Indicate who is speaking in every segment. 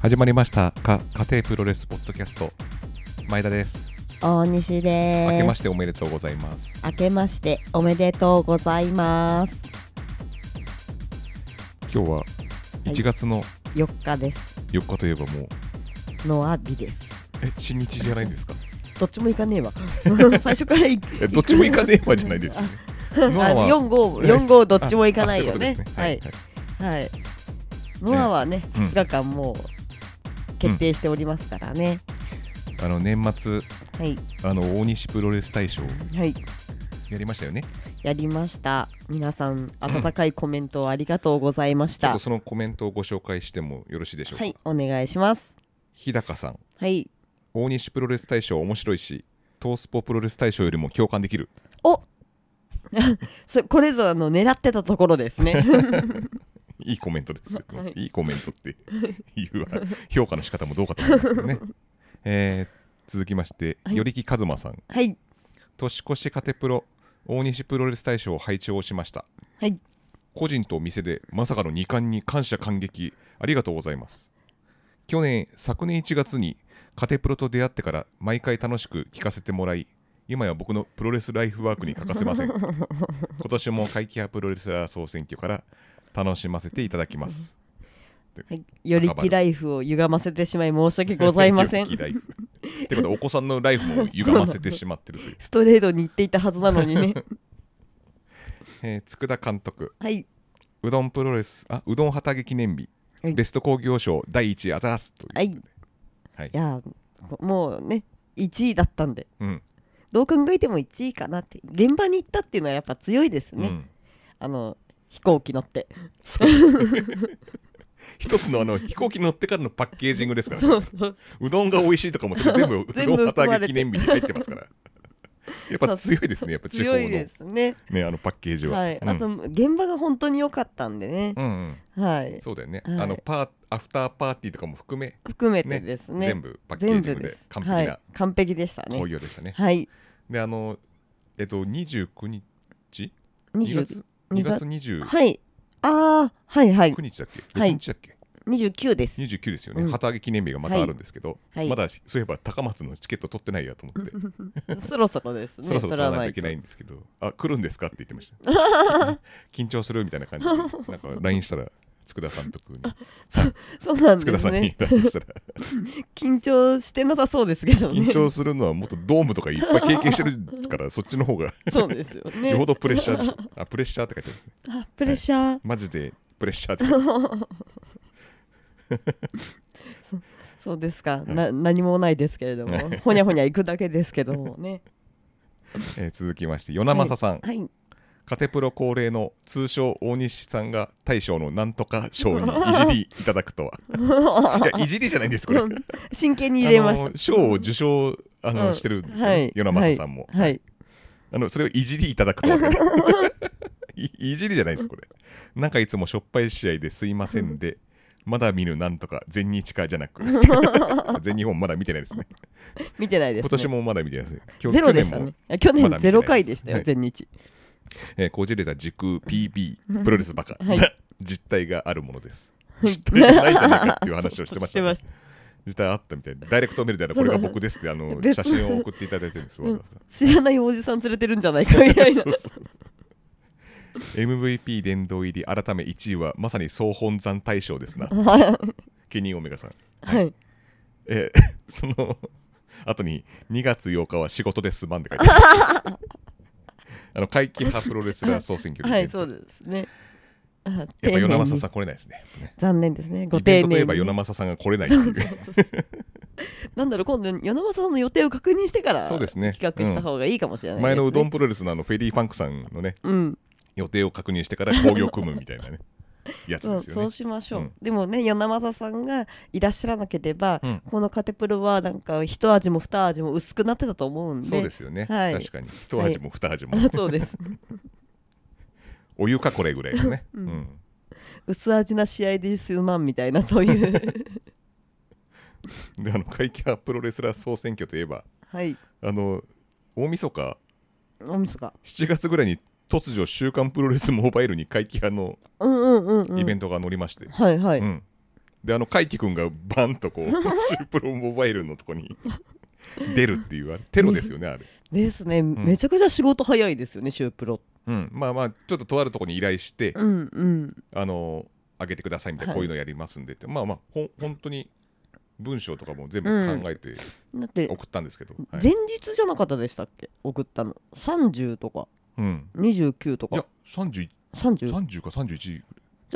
Speaker 1: 始まりましたか家庭プロレスポッドキャスト前田です
Speaker 2: 大西です。
Speaker 1: 明けま
Speaker 2: し
Speaker 1: しておめでとうございます
Speaker 2: 明けましておめでとうございます。
Speaker 1: 今日は1月の
Speaker 2: 4日です。
Speaker 1: 4日といえばもう
Speaker 2: のアビです。
Speaker 1: え新日じゃないんで すか
Speaker 2: どっちも行かねえわ。 最初から行
Speaker 1: えどっちも行 かねえわじゃないですよねノア
Speaker 2: あの
Speaker 1: は
Speaker 2: 4号、4号どっちも行かないよね。
Speaker 1: あそううことです
Speaker 2: はい。はい。ノアはね、
Speaker 1: うん
Speaker 2: 2日間もう決定しておりますからね。
Speaker 1: あの年末
Speaker 2: はい。
Speaker 1: あの大西プロレス大賞
Speaker 2: はい。
Speaker 1: やりましたよね
Speaker 2: やりました。皆さん、温かいコメントをありがとうございまし。
Speaker 1: ちょったとそのコメントをご紹介してもよろしいでしょうか、
Speaker 2: はい。お願いします。
Speaker 1: 日高さん
Speaker 2: はい。
Speaker 1: 大西プロレス大賞面白いしトースポプロレス大賞よりも共感できる
Speaker 2: お そこれぞあの狙ってたところですね。
Speaker 1: いいコメントですよ、
Speaker 2: はい
Speaker 1: い、いコメントっていうあの評価の仕方もどうかと思いますけど ね、えー続きまして
Speaker 2: はい
Speaker 1: よりきかずまさん
Speaker 2: はい。
Speaker 1: 年越しカテプロ大西プロレス大賞を拝聴しました
Speaker 2: はい。
Speaker 1: 個人とお店でまさかの2冠に感謝感激ありがとうございます去年昨年1月にカテプロと出会ってから毎回楽しく聞かせてもらい今や僕のプロレスライフワークに欠かせ ません今年も会期派プロレスラー総選挙から楽しませていただきます
Speaker 2: はい、よりきライフを歪ませてしまい申し訳ございません
Speaker 1: 良。きライフってことはお子さんのライフも歪ませてしまってるという
Speaker 2: ストレートに行っていたはずなのに ね。
Speaker 1: えー佃監督
Speaker 2: はい。
Speaker 1: うどんプロレスあうどん旗揚げ記念日、
Speaker 2: はい
Speaker 1: ベスト興行賞第1位あざーすという
Speaker 2: はい。い
Speaker 1: はい
Speaker 2: や、もうね、1位だったんで、
Speaker 1: うん
Speaker 2: どう考えても1位かなって、現場に行ったっていうのはやっぱ強いです
Speaker 1: う
Speaker 2: ね。
Speaker 1: ん
Speaker 2: あの、飛行機乗って。
Speaker 1: そうですね一つのあの飛行機乗ってからのパッケージングですから、ね、
Speaker 2: そうそう。
Speaker 1: うどんが美味しいとかもそれ全部
Speaker 2: 全
Speaker 1: う
Speaker 2: 部
Speaker 1: どん旗揚げ記念日に入ってますからやっぱ強いですねやっぱ地
Speaker 2: 強
Speaker 1: 方の,、
Speaker 2: いで
Speaker 1: ね、
Speaker 2: すね。
Speaker 1: あのパッケージは、
Speaker 2: はい。
Speaker 1: うん
Speaker 2: あと、現場が本当に良かったんでね
Speaker 1: う。んうん
Speaker 2: はい。
Speaker 1: そうだよね、
Speaker 2: はい
Speaker 1: あのパーアフターパーティーとかも含め、
Speaker 2: 含めてですね。
Speaker 1: 全部パッケージング
Speaker 2: 全部
Speaker 1: で
Speaker 2: です
Speaker 1: 完璧
Speaker 2: は。
Speaker 1: ない
Speaker 2: 完璧でしたね
Speaker 1: 紅。葉でしたね、
Speaker 2: はい。
Speaker 1: であのえっと29日2
Speaker 2: 20
Speaker 1: 月2月
Speaker 2: はい。ああ、はいはい
Speaker 1: 29。日だっけ、
Speaker 2: はい
Speaker 1: 6日だっけ
Speaker 2: 29です。
Speaker 1: 29ですよね、
Speaker 2: うん
Speaker 1: 旗揚げ記念日がまたあるんですけど、
Speaker 2: はいはい
Speaker 1: まだそういえば高松のチケット取ってないやと思っ て、
Speaker 2: そろそろですね。
Speaker 1: そろそろ取らないといけないんですけどあ来るんですかって言ってました 緊張するみたいな感じでなんか LINE したら佃監督に
Speaker 2: そうなんで
Speaker 1: 佃
Speaker 2: す
Speaker 1: さんに
Speaker 2: ね。
Speaker 1: LINE したら
Speaker 2: 緊張してなさそうですけどね。
Speaker 1: 緊張するのはもっとドームとかいっぱい経験してるからそっちの方が
Speaker 2: そうですよね。
Speaker 1: よほどプレッシャーでしょあプレッシャーって書いてあるんですね
Speaker 2: あプレッシャー。
Speaker 1: マジでプレッシャーって書いてある
Speaker 2: そうですか。な何もないですけれども、ほにゃほにゃ行くだけですけども ね。
Speaker 1: えー続きまして与那正さん、
Speaker 2: はい。
Speaker 1: カテプロ恒例の通称大西さんが大将のなんとか賞にいじりいただくとは いやいじりじゃないんですこれ
Speaker 2: うん真剣に入れまし
Speaker 1: あの賞を受賞あの、
Speaker 2: うん
Speaker 1: してるんです
Speaker 2: は
Speaker 1: ね
Speaker 2: い
Speaker 1: 与那政さんも、
Speaker 2: た。はい。
Speaker 1: あのそれをいじりいただくとは いいじりじゃないですこれなんかいつもしょっぱい試合ですいませんでまだ見ぬなんとか全日かじゃ なく全日本まだ見てないですね
Speaker 2: 見てないです、ね。
Speaker 1: 今年。もまだ見てないですね今日
Speaker 2: ゼロでした
Speaker 1: 去年
Speaker 2: ね
Speaker 1: も。
Speaker 2: あ去
Speaker 1: まだ
Speaker 2: 年
Speaker 1: 見てないです
Speaker 2: ゼロ回でした
Speaker 1: は
Speaker 2: よ、
Speaker 1: い
Speaker 2: 全日。
Speaker 1: えーこじれた時空 PB プロレスバカ
Speaker 2: はい
Speaker 1: な実態があるものです。実態がないんじゃないかっていう話をして ました、ね。実態あったみたいで、ダイレクトメールであのこれが僕ですってあ の
Speaker 2: 別
Speaker 1: 写真を送っていただいてるんです。わざわざ
Speaker 2: 知らないおじさん連れてるんじゃないかみたいな
Speaker 1: そ。うそうそう MVP 殿堂入り改め1位はまさに総本山大賞です な。ケニー・オメガさん。
Speaker 2: はい。
Speaker 1: え ーその後に2月8日は仕事ですまんって書いてあ る。あの会期派プロレスラー総選挙
Speaker 2: はい、そう
Speaker 1: す。
Speaker 2: ですね。あやっ
Speaker 1: やっぱ与那政さん来れないですね。
Speaker 2: 残念ですね。ご
Speaker 1: イベ
Speaker 2: 丁
Speaker 1: ントとい
Speaker 2: 寧
Speaker 1: えば与那
Speaker 2: に。
Speaker 1: 政さんが来れないっていう
Speaker 2: なんだろう、今度、与那政さんの予定を確認してから
Speaker 1: そうですね
Speaker 2: 企画した方がいいかもしれないですね。
Speaker 1: 前のうどんプロレスのあのフェリーファンクさんのね
Speaker 2: うん、
Speaker 1: 予定を確認してから興行組むみたいな ねやつ
Speaker 2: そう
Speaker 1: ですよ
Speaker 2: そう
Speaker 1: ね。
Speaker 2: しましょう、
Speaker 1: うん
Speaker 2: でもね与那政さんがいらっしゃらなければ、
Speaker 1: うん
Speaker 2: このカテプロはなんか一味も二味も薄くなってたと思うんで
Speaker 1: そうですよね、
Speaker 2: はい
Speaker 1: 確かに一味も二味も、
Speaker 2: あ そうです
Speaker 1: お湯かこれぐらいのね、う
Speaker 2: うんん薄味な試合ですまんみたいなそういう
Speaker 1: であの会期派プロレスラー総選挙といえば
Speaker 2: はい
Speaker 1: あの大晦日
Speaker 2: 大晦日
Speaker 1: 7月ぐらいに突如「週刊プロレスモバイル」に会期派の
Speaker 2: うんうんうん、うん、
Speaker 1: イベン
Speaker 2: ン
Speaker 1: トが載りまして、
Speaker 2: トはいはい、
Speaker 1: うんであの海輝くんがバンと こうシュープロモバイルのとこに 出るっていうあれテロですよねあれ、
Speaker 2: ですね、めちゃくちゃ仕事早いですよねシュープロ
Speaker 1: うん、まあまあちょっととあるとこに依頼して、
Speaker 2: うんうん
Speaker 1: あの上げてくださいみたいな、
Speaker 2: はい
Speaker 1: こういうのやりますんでってまあまあほん本当に文章とかも全部考えて
Speaker 2: だって
Speaker 1: 送ったんですけど、はい
Speaker 2: 前日じゃなかったでしたっけ送ったの30とか
Speaker 1: うん、
Speaker 2: 29と
Speaker 1: いや
Speaker 2: か
Speaker 1: 30,
Speaker 2: 30
Speaker 1: 30か31
Speaker 2: じ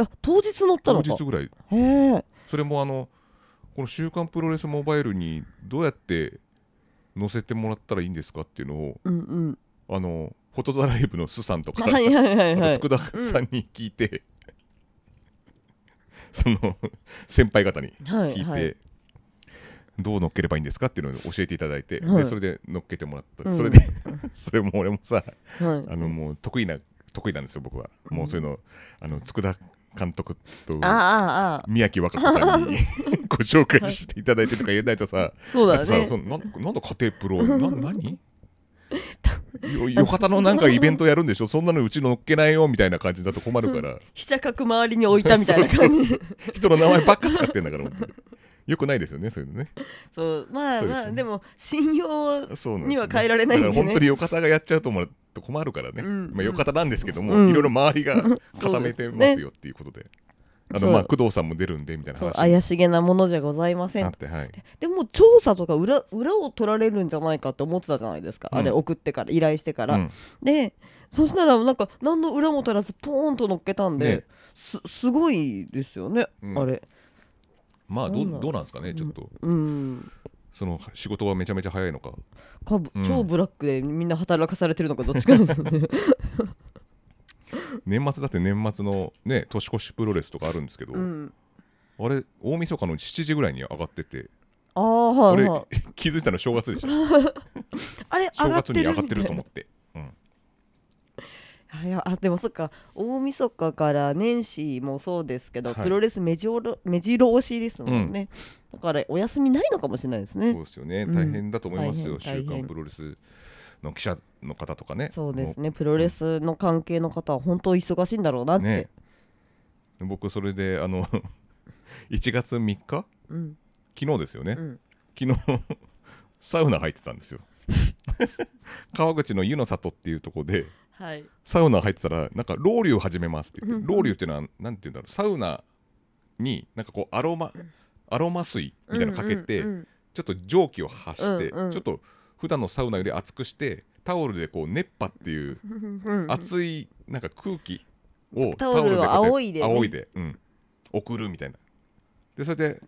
Speaker 2: ゃあ当日乗った
Speaker 1: 当
Speaker 2: のか
Speaker 1: 日ぐらい
Speaker 2: へえ
Speaker 1: それもあのこの「週刊プロレスモバイル」にどうやって載せてもらったらいいんですかっていうのを
Speaker 2: うん うん
Speaker 1: あのフォトザライブのスさ んとか、
Speaker 2: はいはいはいは
Speaker 1: あ
Speaker 2: い
Speaker 1: と佃さんに聞いて、その先輩方に
Speaker 2: はい
Speaker 1: 聞いて、
Speaker 2: はい
Speaker 1: どう乗っければいいんですかっていうのを教えていただいて、
Speaker 2: は
Speaker 1: で
Speaker 2: い
Speaker 1: それで乗っけてもらった、
Speaker 2: うん
Speaker 1: それで それも俺もさ
Speaker 2: はい
Speaker 1: あのもう得意な得意なんですよ僕はもうそういうのあの佃監督と
Speaker 2: ああああ
Speaker 1: 宮城和歌子 さんにご紹介していただいてとか言えないとさ、
Speaker 2: そう
Speaker 1: だっ
Speaker 2: だ
Speaker 1: てさ
Speaker 2: ね
Speaker 1: そのなんなんだ家庭 プロ、な何よよかたのなんかイベントやるんでしょ、そんなのうちの乗っけないよみたいな感じだと困るから、
Speaker 2: 飛車角周りに置いたみたいな感
Speaker 1: そう
Speaker 2: じ
Speaker 1: そうそう人の名前ばっか使ってんだから、本当によくないですよね、そういうのね。
Speaker 2: そうまあ
Speaker 1: そうで
Speaker 2: ます
Speaker 1: ね
Speaker 2: あでも信用
Speaker 1: そうなんですよね
Speaker 2: には変えられないんでね
Speaker 1: だから本当によかたがやっちゃうともらと困るからね、
Speaker 2: うん
Speaker 1: まあ、よかたなんですけども、
Speaker 2: うん
Speaker 1: いろいろ周りが固めてますよっていうことで、あ
Speaker 2: そ
Speaker 1: と、
Speaker 2: う
Speaker 1: まあ、工藤さんも出るんでみたいな
Speaker 2: そう
Speaker 1: 話に
Speaker 2: 怪しげなものじゃございませ
Speaker 1: なんって、はい、
Speaker 2: でも調査とか裏裏を取られるんじゃないかって思ってたじゃないですか、
Speaker 1: うん
Speaker 2: あれ送ってから依頼してから、
Speaker 1: うん
Speaker 2: でそしたらなんか何の裏も取らずポーンと乗っけたんで、
Speaker 1: ね
Speaker 2: すすごいですよね、
Speaker 1: うん
Speaker 2: あれ
Speaker 1: まあど、
Speaker 2: そううなん
Speaker 1: どうなんですかね、ちょっと。
Speaker 2: うん
Speaker 1: その仕事はめちゃめちゃ早いのか
Speaker 2: かぶ
Speaker 1: うん
Speaker 2: 超ブラックでみんな働かされてるのかどっちか ですよね
Speaker 1: 年末だって年末のね年越しプロレスとかあるんですけど、
Speaker 2: うん
Speaker 1: あれ大晦日の7時ぐらいに上がってて
Speaker 2: ああはい
Speaker 1: 俺
Speaker 2: はい
Speaker 1: 気づいたの正月でし
Speaker 2: あれ
Speaker 1: た
Speaker 2: 上
Speaker 1: 正
Speaker 2: がっ
Speaker 1: 月
Speaker 2: て
Speaker 1: に
Speaker 2: る
Speaker 1: 上がってると思
Speaker 2: み
Speaker 1: って、うん、
Speaker 2: たいないやあでもそっか大晦日から年始もそうですけど、
Speaker 1: はい
Speaker 2: プロレス目白目白押しですもんね、だからお休みないのかもしれないですね
Speaker 1: そうですよね
Speaker 2: うん
Speaker 1: 大変だと思います
Speaker 2: 大変
Speaker 1: よ、週
Speaker 2: 大変
Speaker 1: 刊プロレスの記者の方とかね
Speaker 2: そうです
Speaker 1: も
Speaker 2: ねプロレスの関係の方は本当忙しいんだろうなっ
Speaker 1: う
Speaker 2: て、
Speaker 1: ね僕それであの 1月3日
Speaker 2: うん
Speaker 1: 昨日ですよね、
Speaker 2: うん
Speaker 1: 昨日サウナ入ってたん ですよ川口の湯の里っていうとこで
Speaker 2: はい
Speaker 1: サウナ入ってたらなんかロウリュ始めますって言っ
Speaker 2: う
Speaker 1: て
Speaker 2: ん
Speaker 1: ロウリュっていうのはなんて言うんだろうサウナになんかこうアロマアロマ水みたいなのかけて
Speaker 2: うんうんうん
Speaker 1: ちょっと蒸気を発してち
Speaker 2: うんう
Speaker 1: ょ
Speaker 2: ん
Speaker 1: っと普段のサウナより熱くしてタオルでこう熱波っていう
Speaker 2: うんうん
Speaker 1: 熱いなんか空気を
Speaker 2: タオルを
Speaker 1: こうやって
Speaker 2: 仰いでね
Speaker 1: 仰いでうん送るみたいなでそれで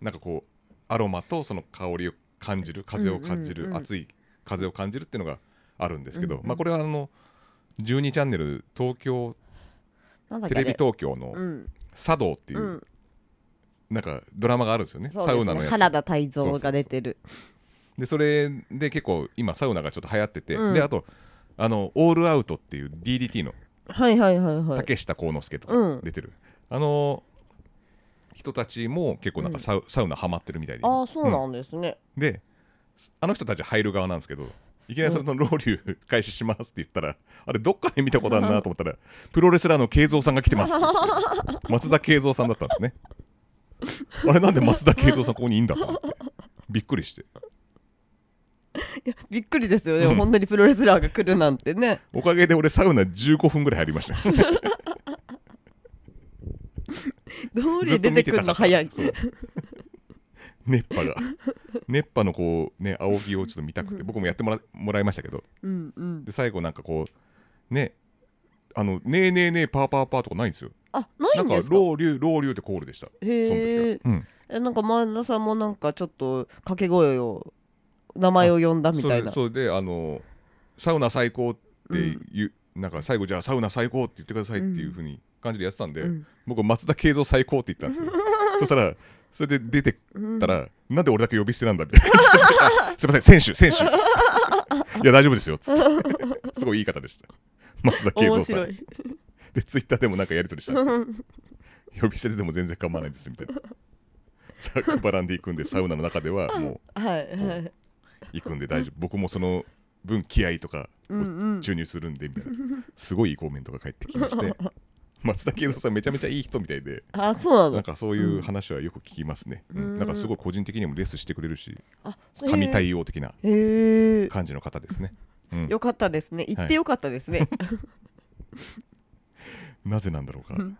Speaker 1: なんかこうアロマとその香りを感じる風を感じ
Speaker 2: うんう
Speaker 1: る
Speaker 2: んうん
Speaker 1: 熱い風を感じるっていうのがあるんですけ
Speaker 2: うん
Speaker 1: ど
Speaker 2: うん
Speaker 1: まあこれはあの12チャンネル東京
Speaker 2: なんだっ
Speaker 1: テ
Speaker 2: けあ
Speaker 1: レビ
Speaker 2: れ
Speaker 1: 東京の
Speaker 2: うん
Speaker 1: 茶道っていううんなんかドラマがあるんですよね
Speaker 2: そう
Speaker 1: サ
Speaker 2: で
Speaker 1: ウ
Speaker 2: す
Speaker 1: ナの
Speaker 2: ね
Speaker 1: やつ
Speaker 2: 原田泰造が出てる
Speaker 1: でそれで結構今サウナがちょっと流行ってて、
Speaker 2: うん
Speaker 1: であとあのオールアウトっていう DDT の
Speaker 2: はいはいはいはい
Speaker 1: 竹下幸之助と
Speaker 2: う
Speaker 1: か
Speaker 2: ん
Speaker 1: 出てる、あの人たちも結構なんかサウ,、サウナハマってるみたいで
Speaker 2: ああそうなんんですね、
Speaker 1: であの人たち入る側なんですけどいきなりそれのロウリュ開始しますって言ったら、あれどっかで見たことあるなと思っ たらプロレスラーの慶三さんが来てますって言って松田慶三さんだったんですねあれなんで松田慶三さんここにいいんだと思ってびっくりして
Speaker 2: いやびっくりですよね、
Speaker 1: うん
Speaker 2: 本当にプロレスラーが来るなんてね
Speaker 1: おかげで俺サウナ15分ぐらい入りました
Speaker 2: どう
Speaker 1: ず
Speaker 2: り
Speaker 1: っと
Speaker 2: 出
Speaker 1: 見
Speaker 2: て
Speaker 1: て
Speaker 2: く
Speaker 1: た
Speaker 2: る
Speaker 1: から
Speaker 2: の早い
Speaker 1: そう熱波が熱波のこうね仰ぎをちょっと見たくて僕もやってもらもらいましたけど
Speaker 2: うんうん
Speaker 1: で最後なんかこうねあのねえねえねえパーパーパーとかないんですよ
Speaker 2: あない
Speaker 1: なん
Speaker 2: ん
Speaker 1: か
Speaker 2: ですか
Speaker 1: ロウリュロウリュってコールでした
Speaker 2: へ
Speaker 1: その時
Speaker 2: え
Speaker 1: は、うん、
Speaker 2: えなんか前田さんもなんかちょっと掛け声を名前を呼んだみ
Speaker 1: そ
Speaker 2: たい
Speaker 1: れ
Speaker 2: な
Speaker 1: それであのサウナ最高っていう、なんか最後じゃあサウナ最高って言ってくださいっていうふうに感じでやってたんで、
Speaker 2: うん
Speaker 1: 僕松田慶三最高って言ったんですよ そしたらそれで出てったら、なんで俺だけ呼び捨て なんだみたいな感じであすいません選手 選手いや大丈夫ですよっつって すごい言い方でした松田慶
Speaker 2: 面
Speaker 1: 三さ
Speaker 2: 白
Speaker 1: ん
Speaker 2: い
Speaker 1: でツイッターでもなんかやり取り したんですよ呼び捨てでも全然構わないですみたいなザックバランディ君でサウナの中ではもう
Speaker 2: はいはい
Speaker 1: 行くんで大丈夫僕もその分気合とか
Speaker 2: うんうん
Speaker 1: 注入するんでみたいなすごいいいコメントが返ってきまして松田圭三さんめちゃめちゃいい人みたいで
Speaker 2: あそうな
Speaker 1: なん
Speaker 2: の
Speaker 1: かそういう話はよく聞きますね、
Speaker 2: うん
Speaker 1: うんなんかすごい個人的にもレスしてくれるし
Speaker 2: あそう
Speaker 1: 神
Speaker 2: へ
Speaker 1: 対応的な
Speaker 2: えへえ
Speaker 1: 感じの方ですね、うん
Speaker 2: よかったですね行ってよかったですね、
Speaker 1: なぜなんだろうか
Speaker 2: うん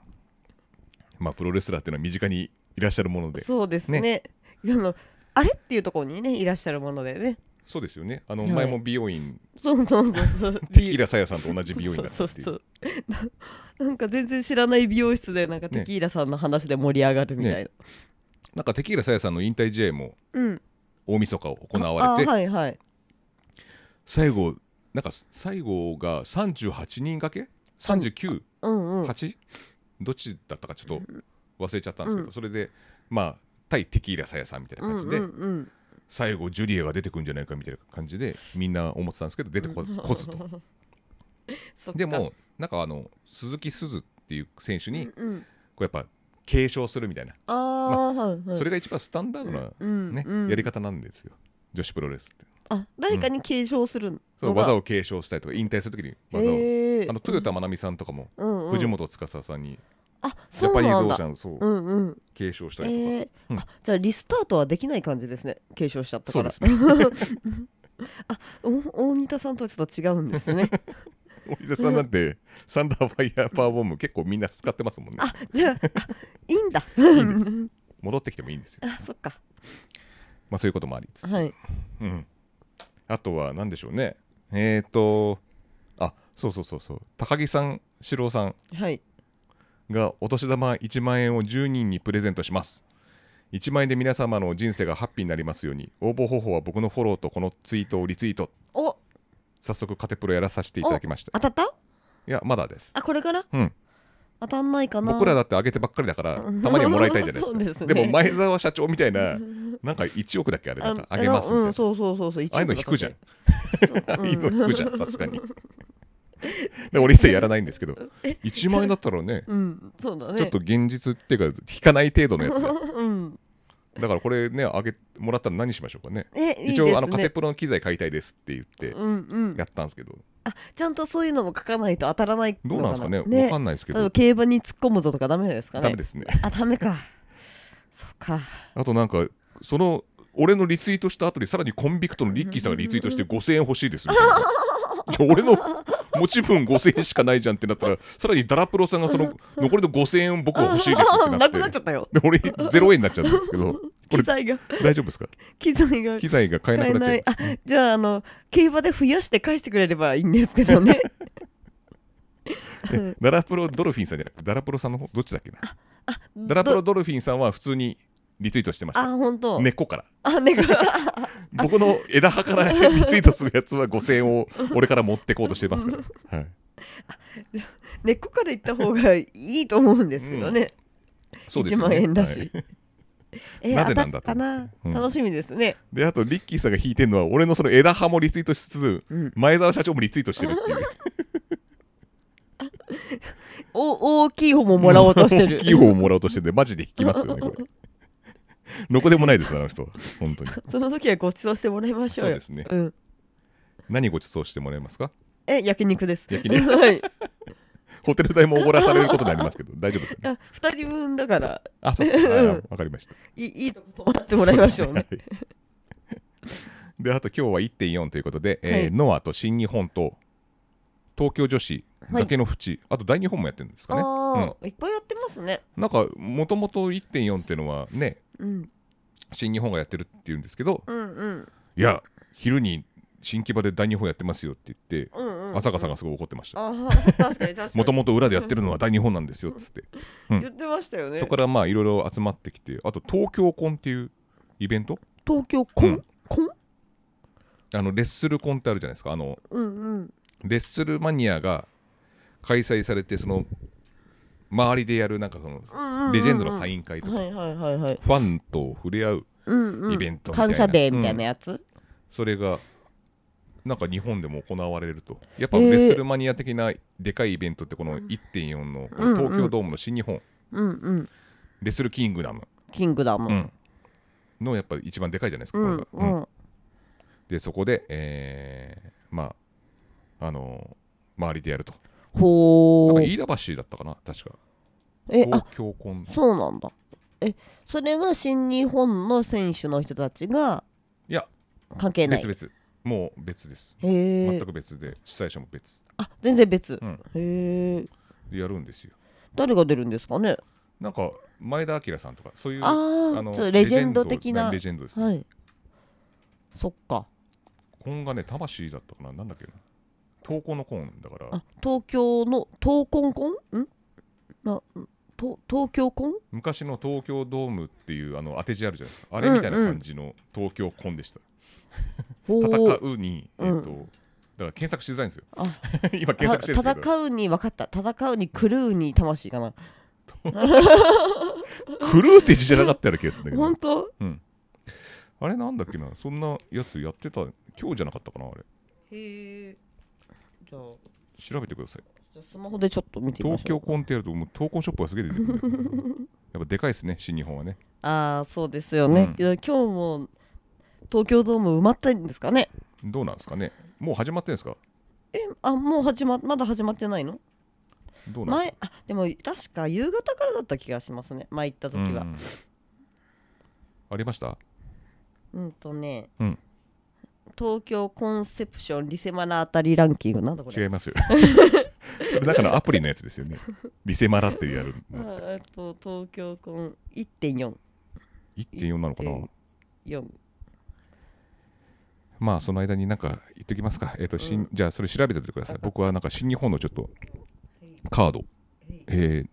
Speaker 1: まあプロレスラーっていうのは身近にいらっしゃるもので
Speaker 2: そうですねあのあれっていうところにねいらっしゃるものでね
Speaker 1: そうですよねあの
Speaker 2: はい
Speaker 1: 前も美容院、
Speaker 2: そうそうそうそう
Speaker 1: テキーラさやさんと同じ美容院だった
Speaker 2: そう
Speaker 1: って
Speaker 2: そ
Speaker 1: いうう
Speaker 2: そうななんか全然知らない美容室でなんか
Speaker 1: ね
Speaker 2: テキーラさんの話で盛り上がるみたいな、
Speaker 1: なんかテキーラさやさんの引退試合も
Speaker 2: うん
Speaker 1: 大晦日を行われて、
Speaker 2: あはいはい
Speaker 1: 最後なんか最後が38人掛け39
Speaker 2: うんうん
Speaker 1: 八どっちだったかちょっと忘れちゃったんですけど、
Speaker 2: うん
Speaker 1: それでまあ対テキーラさやさんみたいな感じで、
Speaker 2: うんうんうん、
Speaker 1: 最後ジュリエが出てくるんじゃないかみたいな感じでみんな思ってたんですけど出てこずこずと
Speaker 2: そっか
Speaker 1: でもなんかあの鈴木すずっていう選手にこ
Speaker 2: うんうん
Speaker 1: うやっぱ継承するみたいな、
Speaker 2: あー、はいはい、
Speaker 1: それが一番スタンダードな、
Speaker 2: うん
Speaker 1: ね
Speaker 2: うん
Speaker 1: やり方なんですよ女子プロレスって
Speaker 2: あ誰かに継承するのが、
Speaker 1: そう技を継承したりとか引退するときに技を、
Speaker 2: へー
Speaker 1: あの豊田真奈美さんとかも
Speaker 2: うんうん
Speaker 1: 藤本司さんに
Speaker 2: あ
Speaker 1: ジ
Speaker 2: そ
Speaker 1: ャ
Speaker 2: うな
Speaker 1: パ
Speaker 2: ん
Speaker 1: ニ
Speaker 2: だ
Speaker 1: ーズオーシャンそう
Speaker 2: うんうん
Speaker 1: 継承した
Speaker 2: え
Speaker 1: りとか、
Speaker 2: ー
Speaker 1: うん
Speaker 2: あじゃあリスタートはできない感じですね継承しちゃった
Speaker 1: そ
Speaker 2: か
Speaker 1: うで
Speaker 2: ら
Speaker 1: すね
Speaker 2: お大仁田さんとはちょっと違うんです ね
Speaker 1: 森田さんなんてサンダーファイヤーパワーボム結構みんな使ってますもんね
Speaker 2: あじゃああいいんだ
Speaker 1: いん戻ってきてもいいんですよ
Speaker 2: あそっか
Speaker 1: まあそういうこともありつつ、
Speaker 2: はい
Speaker 1: うん、あとは何でしょうねえっ、ー、とあそうそうそうそう高木さん四郎さん
Speaker 2: はい
Speaker 1: がお年玉1万円を10人にプレゼントします1万円で皆様の人生がハッピーになりますように応募方法は僕のフォローとこのツイートをリツイート
Speaker 2: お
Speaker 1: 早速カテプロやらさせていただきました
Speaker 2: 当たった
Speaker 1: いやまだです
Speaker 2: あこれから
Speaker 1: うん
Speaker 2: 当たんないかな
Speaker 1: 僕らだってあげてばっかりだからた
Speaker 2: うん
Speaker 1: まにはもらいたいじゃないで
Speaker 2: そ
Speaker 1: す
Speaker 2: う
Speaker 1: か
Speaker 2: ですね
Speaker 1: も前澤社長みた いななんか1億だっけあれなんかあげますみたいな、
Speaker 2: うんそうそうそうそう一
Speaker 1: ああいう
Speaker 2: 部
Speaker 1: の
Speaker 2: だ
Speaker 1: 引
Speaker 2: け
Speaker 1: くじゃん、あ
Speaker 2: う
Speaker 1: あ
Speaker 2: ん
Speaker 1: いうの引くじゃんさす がにで俺一切やらないんですけど1万円だったらね
Speaker 2: うんそうだね
Speaker 1: ちょっと現実っていうか引かない程度のやつじゃん
Speaker 2: うん
Speaker 1: だからこれねあげもらったら何しましょうかね
Speaker 2: えいいですね
Speaker 1: 一応あのカテプロの機材買いたいですって言って
Speaker 2: うんうん
Speaker 1: やったんですけど
Speaker 2: あちゃんとそういうのも書かないと当たらないの
Speaker 1: どうなんですかねわかんないですけ
Speaker 2: 例えば
Speaker 1: ど
Speaker 2: 競馬に突っ込むぞとかダメですかね
Speaker 1: ダメですね
Speaker 2: あダメかそっか
Speaker 1: あとなんかその俺のリツイートした後にさらにコンビクトのリッキーさんがリツイートして5000円欲しいです みたいなじゃあ俺の持ち分5000円しかないじゃんってなったらさらにダラプロさんがそ の残りの5000円を僕は欲しいですってな
Speaker 2: な
Speaker 1: って
Speaker 2: くなっちゃったよ
Speaker 1: で俺0円になっちゃうんですけど こ
Speaker 2: 機
Speaker 1: れ
Speaker 2: 材が
Speaker 1: 大丈夫ですか
Speaker 2: 機材が
Speaker 1: 機材が買えな
Speaker 2: 買え
Speaker 1: くな
Speaker 2: な
Speaker 1: っちゃ
Speaker 2: いうあじゃああの競馬で増やして返してくれればいいんですけどね
Speaker 1: でダラプロドルフィンさんじゃなくてダラプロさんの方どっちだっけな
Speaker 2: あ
Speaker 1: ダラプロ
Speaker 2: ど
Speaker 1: ドルフィンさんは普通にリツイートしてまし
Speaker 2: あ
Speaker 1: た
Speaker 2: 本当、
Speaker 1: 根っこから
Speaker 2: あ猫
Speaker 1: 僕の枝葉から リツイートするやつは5000円を俺から持ってこうとしてますから、はい、
Speaker 2: 根っこから行った方がいいと思うんですけどね、
Speaker 1: そうです
Speaker 2: 1
Speaker 1: よ
Speaker 2: 万
Speaker 1: ね
Speaker 2: 円だ
Speaker 1: はい
Speaker 2: し、えー
Speaker 1: なぜなんだ
Speaker 2: 当たったな
Speaker 1: と思ってうん
Speaker 2: 楽しみですね、
Speaker 1: であとリッキーさんが引いてるのは俺のその枝葉もリツイートしつつ
Speaker 2: うん、
Speaker 1: 前澤社長もリツイートしてるっていう
Speaker 2: お大きい方ももらおうとしてる
Speaker 1: 大きい方をもらおうとしててマジで引きますよねこれどこでもないですよあの人は本当に
Speaker 2: その時はご馳走してもらいましょうよ
Speaker 1: そうですね
Speaker 2: うん、
Speaker 1: 何ご馳走してもらえますか
Speaker 2: え焼肉です
Speaker 1: 焼 肉
Speaker 2: はい
Speaker 1: ホテル代もおごらされることになりますけど大丈夫ですかね
Speaker 2: あ2人分だから
Speaker 1: あそうですかはい
Speaker 2: うん
Speaker 1: わかりました
Speaker 2: いい いいとこ泊まらせてもらいましょうね
Speaker 1: そうですねはいであと今日は1.4ということで、えー
Speaker 2: はい
Speaker 1: ノアと新日本と東京女子崖の淵、あと大日本もやってるんですかね、
Speaker 2: ああ、いっぱいやってますね
Speaker 1: うんなんかもともと1.4っていうのはね
Speaker 2: うん
Speaker 1: 新日本がやってるっていうんですけど、
Speaker 2: うんうん
Speaker 1: いや昼に新木場で大日本やってますよって言って、
Speaker 2: うんうん
Speaker 1: 朝香さんがすごい怒ってました
Speaker 2: あー確かに確かに
Speaker 1: もともと裏でやってるのは大日本なんですよっつって、うん
Speaker 2: 言ってましたよね
Speaker 1: そこからまあいろいろ集まってきてあと東京コンっていうイベント
Speaker 2: 東京コン、
Speaker 1: うん
Speaker 2: コン
Speaker 1: あのレッスルコンってあるじゃないですかあの
Speaker 2: うんうん
Speaker 1: レッスルマニアが開催されてその周りでやるなんかその
Speaker 2: うんうんうん
Speaker 1: レジェンドのサイン会とか、
Speaker 2: はいはいはいはい
Speaker 1: ファンと触れ合う
Speaker 2: うんうん
Speaker 1: イベントみたいな
Speaker 2: 感謝デーみたいなやつ、
Speaker 1: それがなんか日本でも行われるとやっぱレッスルマニア的なでかいイベントってこの1.4のこの東京ドームの新日本
Speaker 2: うん、うん
Speaker 1: レッスルキングダム
Speaker 2: キングダム、
Speaker 1: うんのやっぱ一番でかいじゃないですか、
Speaker 2: う
Speaker 1: これ
Speaker 2: ん
Speaker 1: が
Speaker 2: う
Speaker 1: うん
Speaker 2: ん
Speaker 1: でそこで、えーまああのー周りでやると
Speaker 2: ほ
Speaker 1: なん
Speaker 2: う
Speaker 1: か飯田橋だったかな確か
Speaker 2: えあ
Speaker 1: 東京コン
Speaker 2: そうなんだえそれは新日本の選手の人たちが
Speaker 1: いや
Speaker 2: 関係ない
Speaker 1: 別々もう別です
Speaker 2: へえ
Speaker 1: 全く別で主催者も別
Speaker 2: あ全然別、
Speaker 1: うん
Speaker 2: へえ
Speaker 1: でやるんですよ
Speaker 2: 誰が出るんですかね
Speaker 1: なんか前田明さんとかそういう
Speaker 2: あーちょっとレジェンド的な
Speaker 1: レジェンドですね、
Speaker 2: はいそっか
Speaker 1: 今がね魂だったかななんだっけな投稿のコーンだから
Speaker 2: あ東京の東コンコンんなと東京コン
Speaker 1: 昔の東京ドームっていうあの当て字あるじゃないですかあれみたいな感じの東京コンでした、
Speaker 2: おー
Speaker 1: 戦うにえっ、と、だから検索しづらいんですよ
Speaker 2: あ
Speaker 1: 今検索してるんですけど
Speaker 2: 戦うに分かった戦うに狂うに魂かな
Speaker 1: クルーって字じゃなかったような気がするんだけど
Speaker 2: 本当
Speaker 1: あれなんだっけなそんなやつやってた今日じゃなかったかなあれ
Speaker 2: へえじゃあ
Speaker 1: 調べてください
Speaker 2: じゃあスマホでちょっと見てみまし
Speaker 1: 東
Speaker 2: ょう
Speaker 1: 京コンってやるともう投稿ショップがすげえ出てくるんだよやっぱでかいですね新日本はね
Speaker 2: ああそうですよね、い
Speaker 1: うん
Speaker 2: や今日も東京ドーム埋まったんですかね
Speaker 1: どうなんですかねもう始まってるんですか
Speaker 2: えあもう始ままだ始まってないの
Speaker 1: どうなんです
Speaker 2: 前あでも確か夕方からだった気がしますね前行った
Speaker 1: か
Speaker 2: 時は、
Speaker 1: うんありました
Speaker 2: うんとね、
Speaker 1: うん
Speaker 2: 東京コンセプションリセマラあたりランキングなんだこ
Speaker 1: 違
Speaker 2: れ
Speaker 1: いますよそれ中のアプリのやつですよねリセマラってやる
Speaker 2: あ えっと東京コン1.44
Speaker 1: 1.4なのかなまあその間になんか言っときますか、えっと
Speaker 2: う
Speaker 1: 新
Speaker 2: ん
Speaker 1: じゃあそれ調べておいてください僕はなんか新日本のちょっとカード、え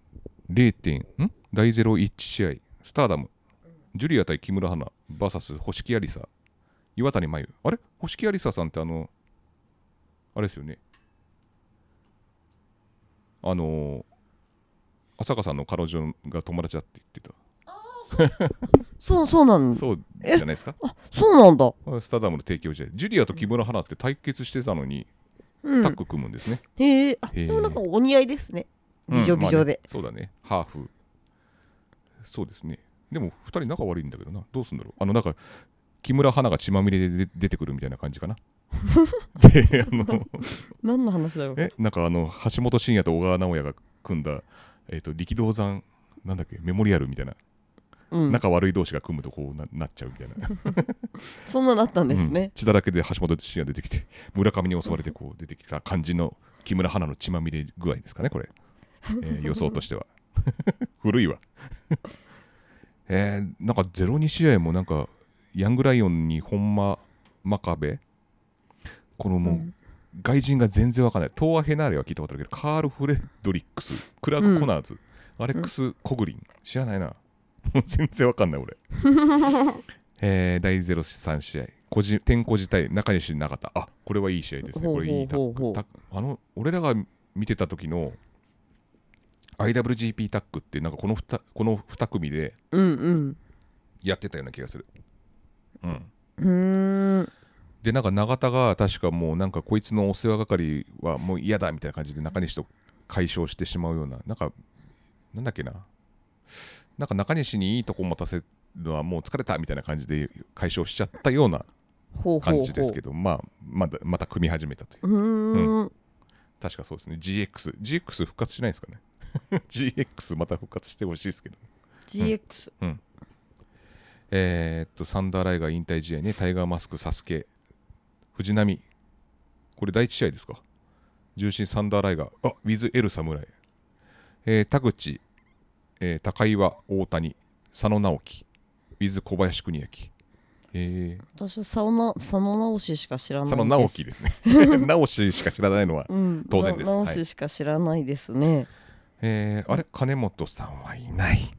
Speaker 1: ー、0点ん第01試合スターダムジュリア対木村花 VS 星木有沙岩谷真由あれ星木有沙さんってあのあれですよねあのー、浅香さんの彼女が友達だって言って
Speaker 2: そうそうなん
Speaker 1: たそうじゃないですか
Speaker 2: そうなんだ
Speaker 1: スターダムの提供試合ジュリアと木村花って対決してたのに
Speaker 2: うん
Speaker 1: タッグ組むんですね、
Speaker 2: へえあ
Speaker 1: へえ
Speaker 2: でもなんかお似合いですね美女美女で、
Speaker 1: うんまあねそうだねハーフそうですねでも2人仲悪いんだけどなどうすんだろうあのなんか木村花が血まみれで出出てくるみたいな感 じかなであの
Speaker 2: 何の話だろう
Speaker 1: えなんかあの橋本真也と小川直也が組んだ、えー、と力道山なんだっけメモリアルみたいな、
Speaker 2: うん
Speaker 1: 仲悪い同士が組むとこうななっちゃうみたいな
Speaker 2: そんなのあったんです
Speaker 1: うん
Speaker 2: ね、
Speaker 1: 血だらけで橋本真也出てきて 村上に襲われてこう出てきた感じの木村花の血まみれ具合ですかね これ、えー予想としては 古いわ えーなんか02試合もなんかヤングライオンに本間真壁このもう、
Speaker 2: うん
Speaker 1: 外人が全然わかんない東亜ヘナーレは聞いたことあるけどカール・フレドリックスクラーク・コナーズ、アレックス・コグリン知らないなもう全然わかんな い俺えー、第03試合個人天候自体中西永田あこれはいい試合ですね
Speaker 2: ほう
Speaker 1: これいいタ
Speaker 2: ほうほ
Speaker 1: ッ
Speaker 2: う
Speaker 1: クタックあの俺らが見てた時の IWGP タックってなんかこの 2, この二組で
Speaker 2: うん、うん
Speaker 1: やってたような気がするうん
Speaker 2: うーん
Speaker 1: でなんか永田が確かもうなんかこいつのお世話係はもう嫌だみたいな感じで中西と解消してしまうようななんかなんだっけななんか中西にいいとこ持たせるのはもう疲れたみたいな感じで解消しちゃったような
Speaker 2: ほうほうほう
Speaker 1: 感じですけどまあまだまた組み始めたという
Speaker 2: うーん
Speaker 1: 確かそうですね GX GX 復活しないですかね GX また復活してほしいですけど
Speaker 2: GX
Speaker 1: えーっとサンダーライガー引退試合ねタイガーマスクサスケ藤波これ第一試合ですか重心サンダーライガーあウィズ・エル・サムライ、えー田口、えー高岩大谷佐野直樹ウィズ・小林邦明えー
Speaker 2: 私は佐野な佐野直ししか知らない
Speaker 1: 佐野
Speaker 2: です
Speaker 1: 直樹ですね 直ししか知らないのは、
Speaker 2: うん、
Speaker 1: 当然です
Speaker 2: な直
Speaker 1: はい
Speaker 2: ししか知らないですね、
Speaker 1: えーあれ金本さんはいない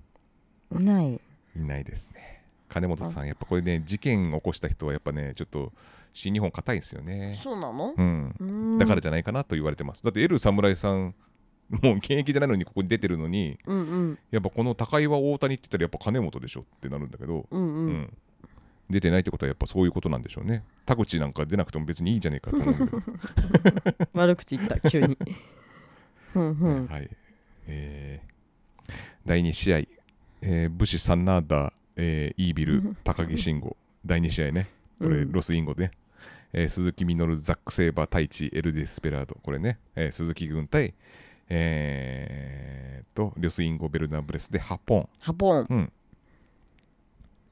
Speaker 2: ない
Speaker 1: いないですね金本さんやっぱこれね事件起こした人はやっぱねちょっと新日本硬いですよね
Speaker 2: そうなの
Speaker 1: うん
Speaker 2: うーん
Speaker 1: だからじゃないかなと言われてます。だってエル侍さん、もう現役じゃないのにここに出てるのに、
Speaker 2: うんうん
Speaker 1: やっぱこの高岩大谷って言ったらやっぱ金本でしょってなるんだけど、
Speaker 2: うん
Speaker 1: う
Speaker 2: うん、
Speaker 1: ん出てないってことはやっぱそういうことなんでしょうね。田口なんか出なくても別にいいじゃねえかと思うんだけど
Speaker 2: 悪口 言った急にうんうん
Speaker 1: はい。えー第2試合、えー武士サンナーダ、えーイービル、高木慎吾、第2試合ね、こ
Speaker 2: う
Speaker 1: れ
Speaker 2: ん
Speaker 1: ロスインゴで、えー鈴木みのるザック・セイバー対地エル・デスペラードこれね、えー鈴木軍対えーっとリョス・インゴ・ベルナブレスで8本
Speaker 2: ハポン。
Speaker 1: うん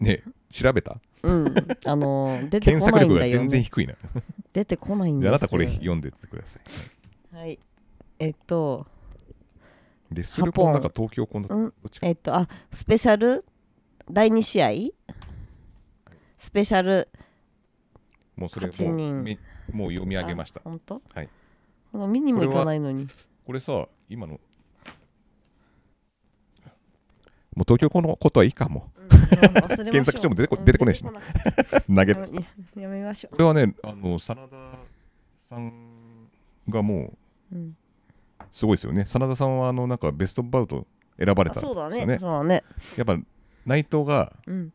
Speaker 1: ね調べた
Speaker 2: うん。あの ー、出て
Speaker 1: 検
Speaker 2: こ
Speaker 1: 索
Speaker 2: ないん
Speaker 1: 力が
Speaker 2: だよ
Speaker 1: 全然
Speaker 2: ね。
Speaker 1: 低いな
Speaker 2: 出てこないんです
Speaker 1: じゃ
Speaker 2: よ
Speaker 1: ああなたこれ読んでってください
Speaker 2: はい。えっと、
Speaker 1: レッスルコンだか東京コンだか
Speaker 2: う
Speaker 1: ど
Speaker 2: ん、
Speaker 1: っちか
Speaker 2: えっと、あ、スペシャル、第2試合スペシャル、
Speaker 1: もうそれ
Speaker 2: 八
Speaker 1: もう
Speaker 2: 人
Speaker 1: めもう読み上げました
Speaker 2: あ本当
Speaker 1: はい。
Speaker 2: もう見にも行かないのに。
Speaker 1: これさ今のもう東京このことはいい かも
Speaker 2: うん忘れまょう
Speaker 1: 検索しても出てこ出てこないしねう投げる
Speaker 2: やめやめましょ
Speaker 1: これはねあの真田さんがも
Speaker 2: う。うん
Speaker 1: うすごいですよね真田さんはあのなんかベストバウト選ば
Speaker 2: あ
Speaker 1: れたんです
Speaker 2: そうだ
Speaker 1: よ
Speaker 2: ね。そうだね。
Speaker 1: やっぱ内藤が
Speaker 2: うん。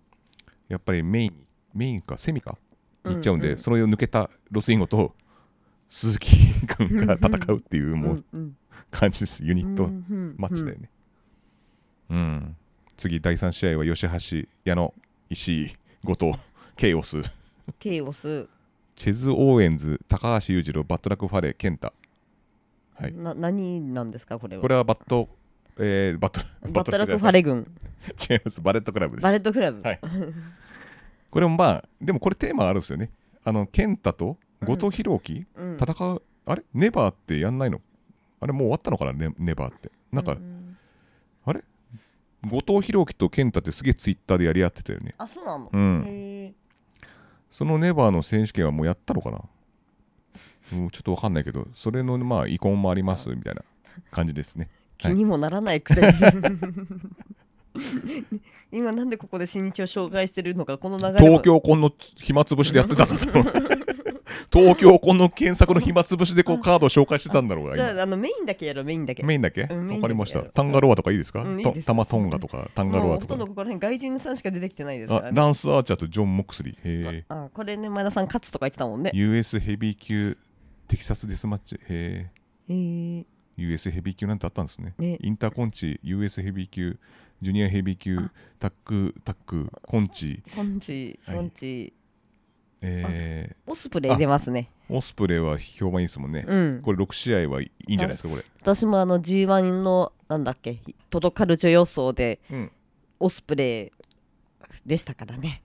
Speaker 1: やっぱりメインメインかセミか
Speaker 2: うん
Speaker 1: 行っちゃうんで、
Speaker 2: うん
Speaker 1: それを抜けたロスインゴと鈴木君が戦うっていうもう
Speaker 2: うん
Speaker 1: 感じです、ユニットマッチだよ。ね。うん、次、第3試合は吉橋、矢野、石井、後藤、ケイオス、
Speaker 2: うんケイオス。
Speaker 1: チェズ・オーエンズ、高橋裕次郎、バットラック・ファレ、健太。はい
Speaker 2: な何なんですかこれは。
Speaker 1: これはバット、えー、バット
Speaker 2: バットラックファ
Speaker 1: バット
Speaker 2: レ軍。
Speaker 1: ラックじゃない違います、バレットクラブです。
Speaker 2: バレットクラブ。
Speaker 1: はいこれもまあ、でもこれテーマあるんですよね。あの、健太と後藤弘樹、
Speaker 2: うん
Speaker 1: 戦う、あれネバーってやんないのあれもう終わったのかな、ネネバーって。なんか、
Speaker 2: ううん
Speaker 1: 後藤弘樹と健太ってすげえツイッターでやり合ってたよね。
Speaker 2: あ、そうなの
Speaker 1: う。ん。
Speaker 2: へー
Speaker 1: そのネバーの選手権はもうやったのかなもうちょっとわかんないけど、それのまあ遺恨もありますみたいな感じですね。
Speaker 2: 気にもならないくせに。 今なんでここで新日を紹介してるのかこの流れは
Speaker 1: 東京コンの暇つぶしでやってたんだ ろう。東京コンの検索の暇つぶしでこうカードを紹介してたんだろう
Speaker 2: じゃ
Speaker 1: が
Speaker 2: ああのメインだけやろうメインだけ
Speaker 1: 今。メインだっけわ
Speaker 2: うんメインだけ
Speaker 1: かりました。
Speaker 2: うん
Speaker 1: タンガロアとかいいですか
Speaker 2: うんいい
Speaker 1: と
Speaker 2: です
Speaker 1: タマトンガとかタンガロ
Speaker 2: も
Speaker 1: ア
Speaker 2: うほと
Speaker 1: とか
Speaker 2: んど。ここら辺外人さんしか出てきてないですか
Speaker 1: あ
Speaker 2: らね
Speaker 1: ランス・アーチャーとジョン・モクスリー。へえ。
Speaker 2: あこれね前田さん勝つとか言ってたもんね
Speaker 1: US ヘビー級テキサスデスマッチ。へえ。
Speaker 2: へー
Speaker 1: US ヘビー級なんてあったんですね。
Speaker 2: ね
Speaker 1: インターコンチ、US ヘビー級、ジュニアヘビー級、タック、タック、コンチ、
Speaker 2: コンチコンチ
Speaker 1: え
Speaker 2: オスプレイ出ますね
Speaker 1: ー、オスプレイは評判いいですもんね。
Speaker 2: うん
Speaker 1: これ6試合はいいんじゃないですか、これ。
Speaker 2: 私もあの G1 のなんだっけトロカルチョ予想で
Speaker 1: うん、
Speaker 2: オスプレイでしたからね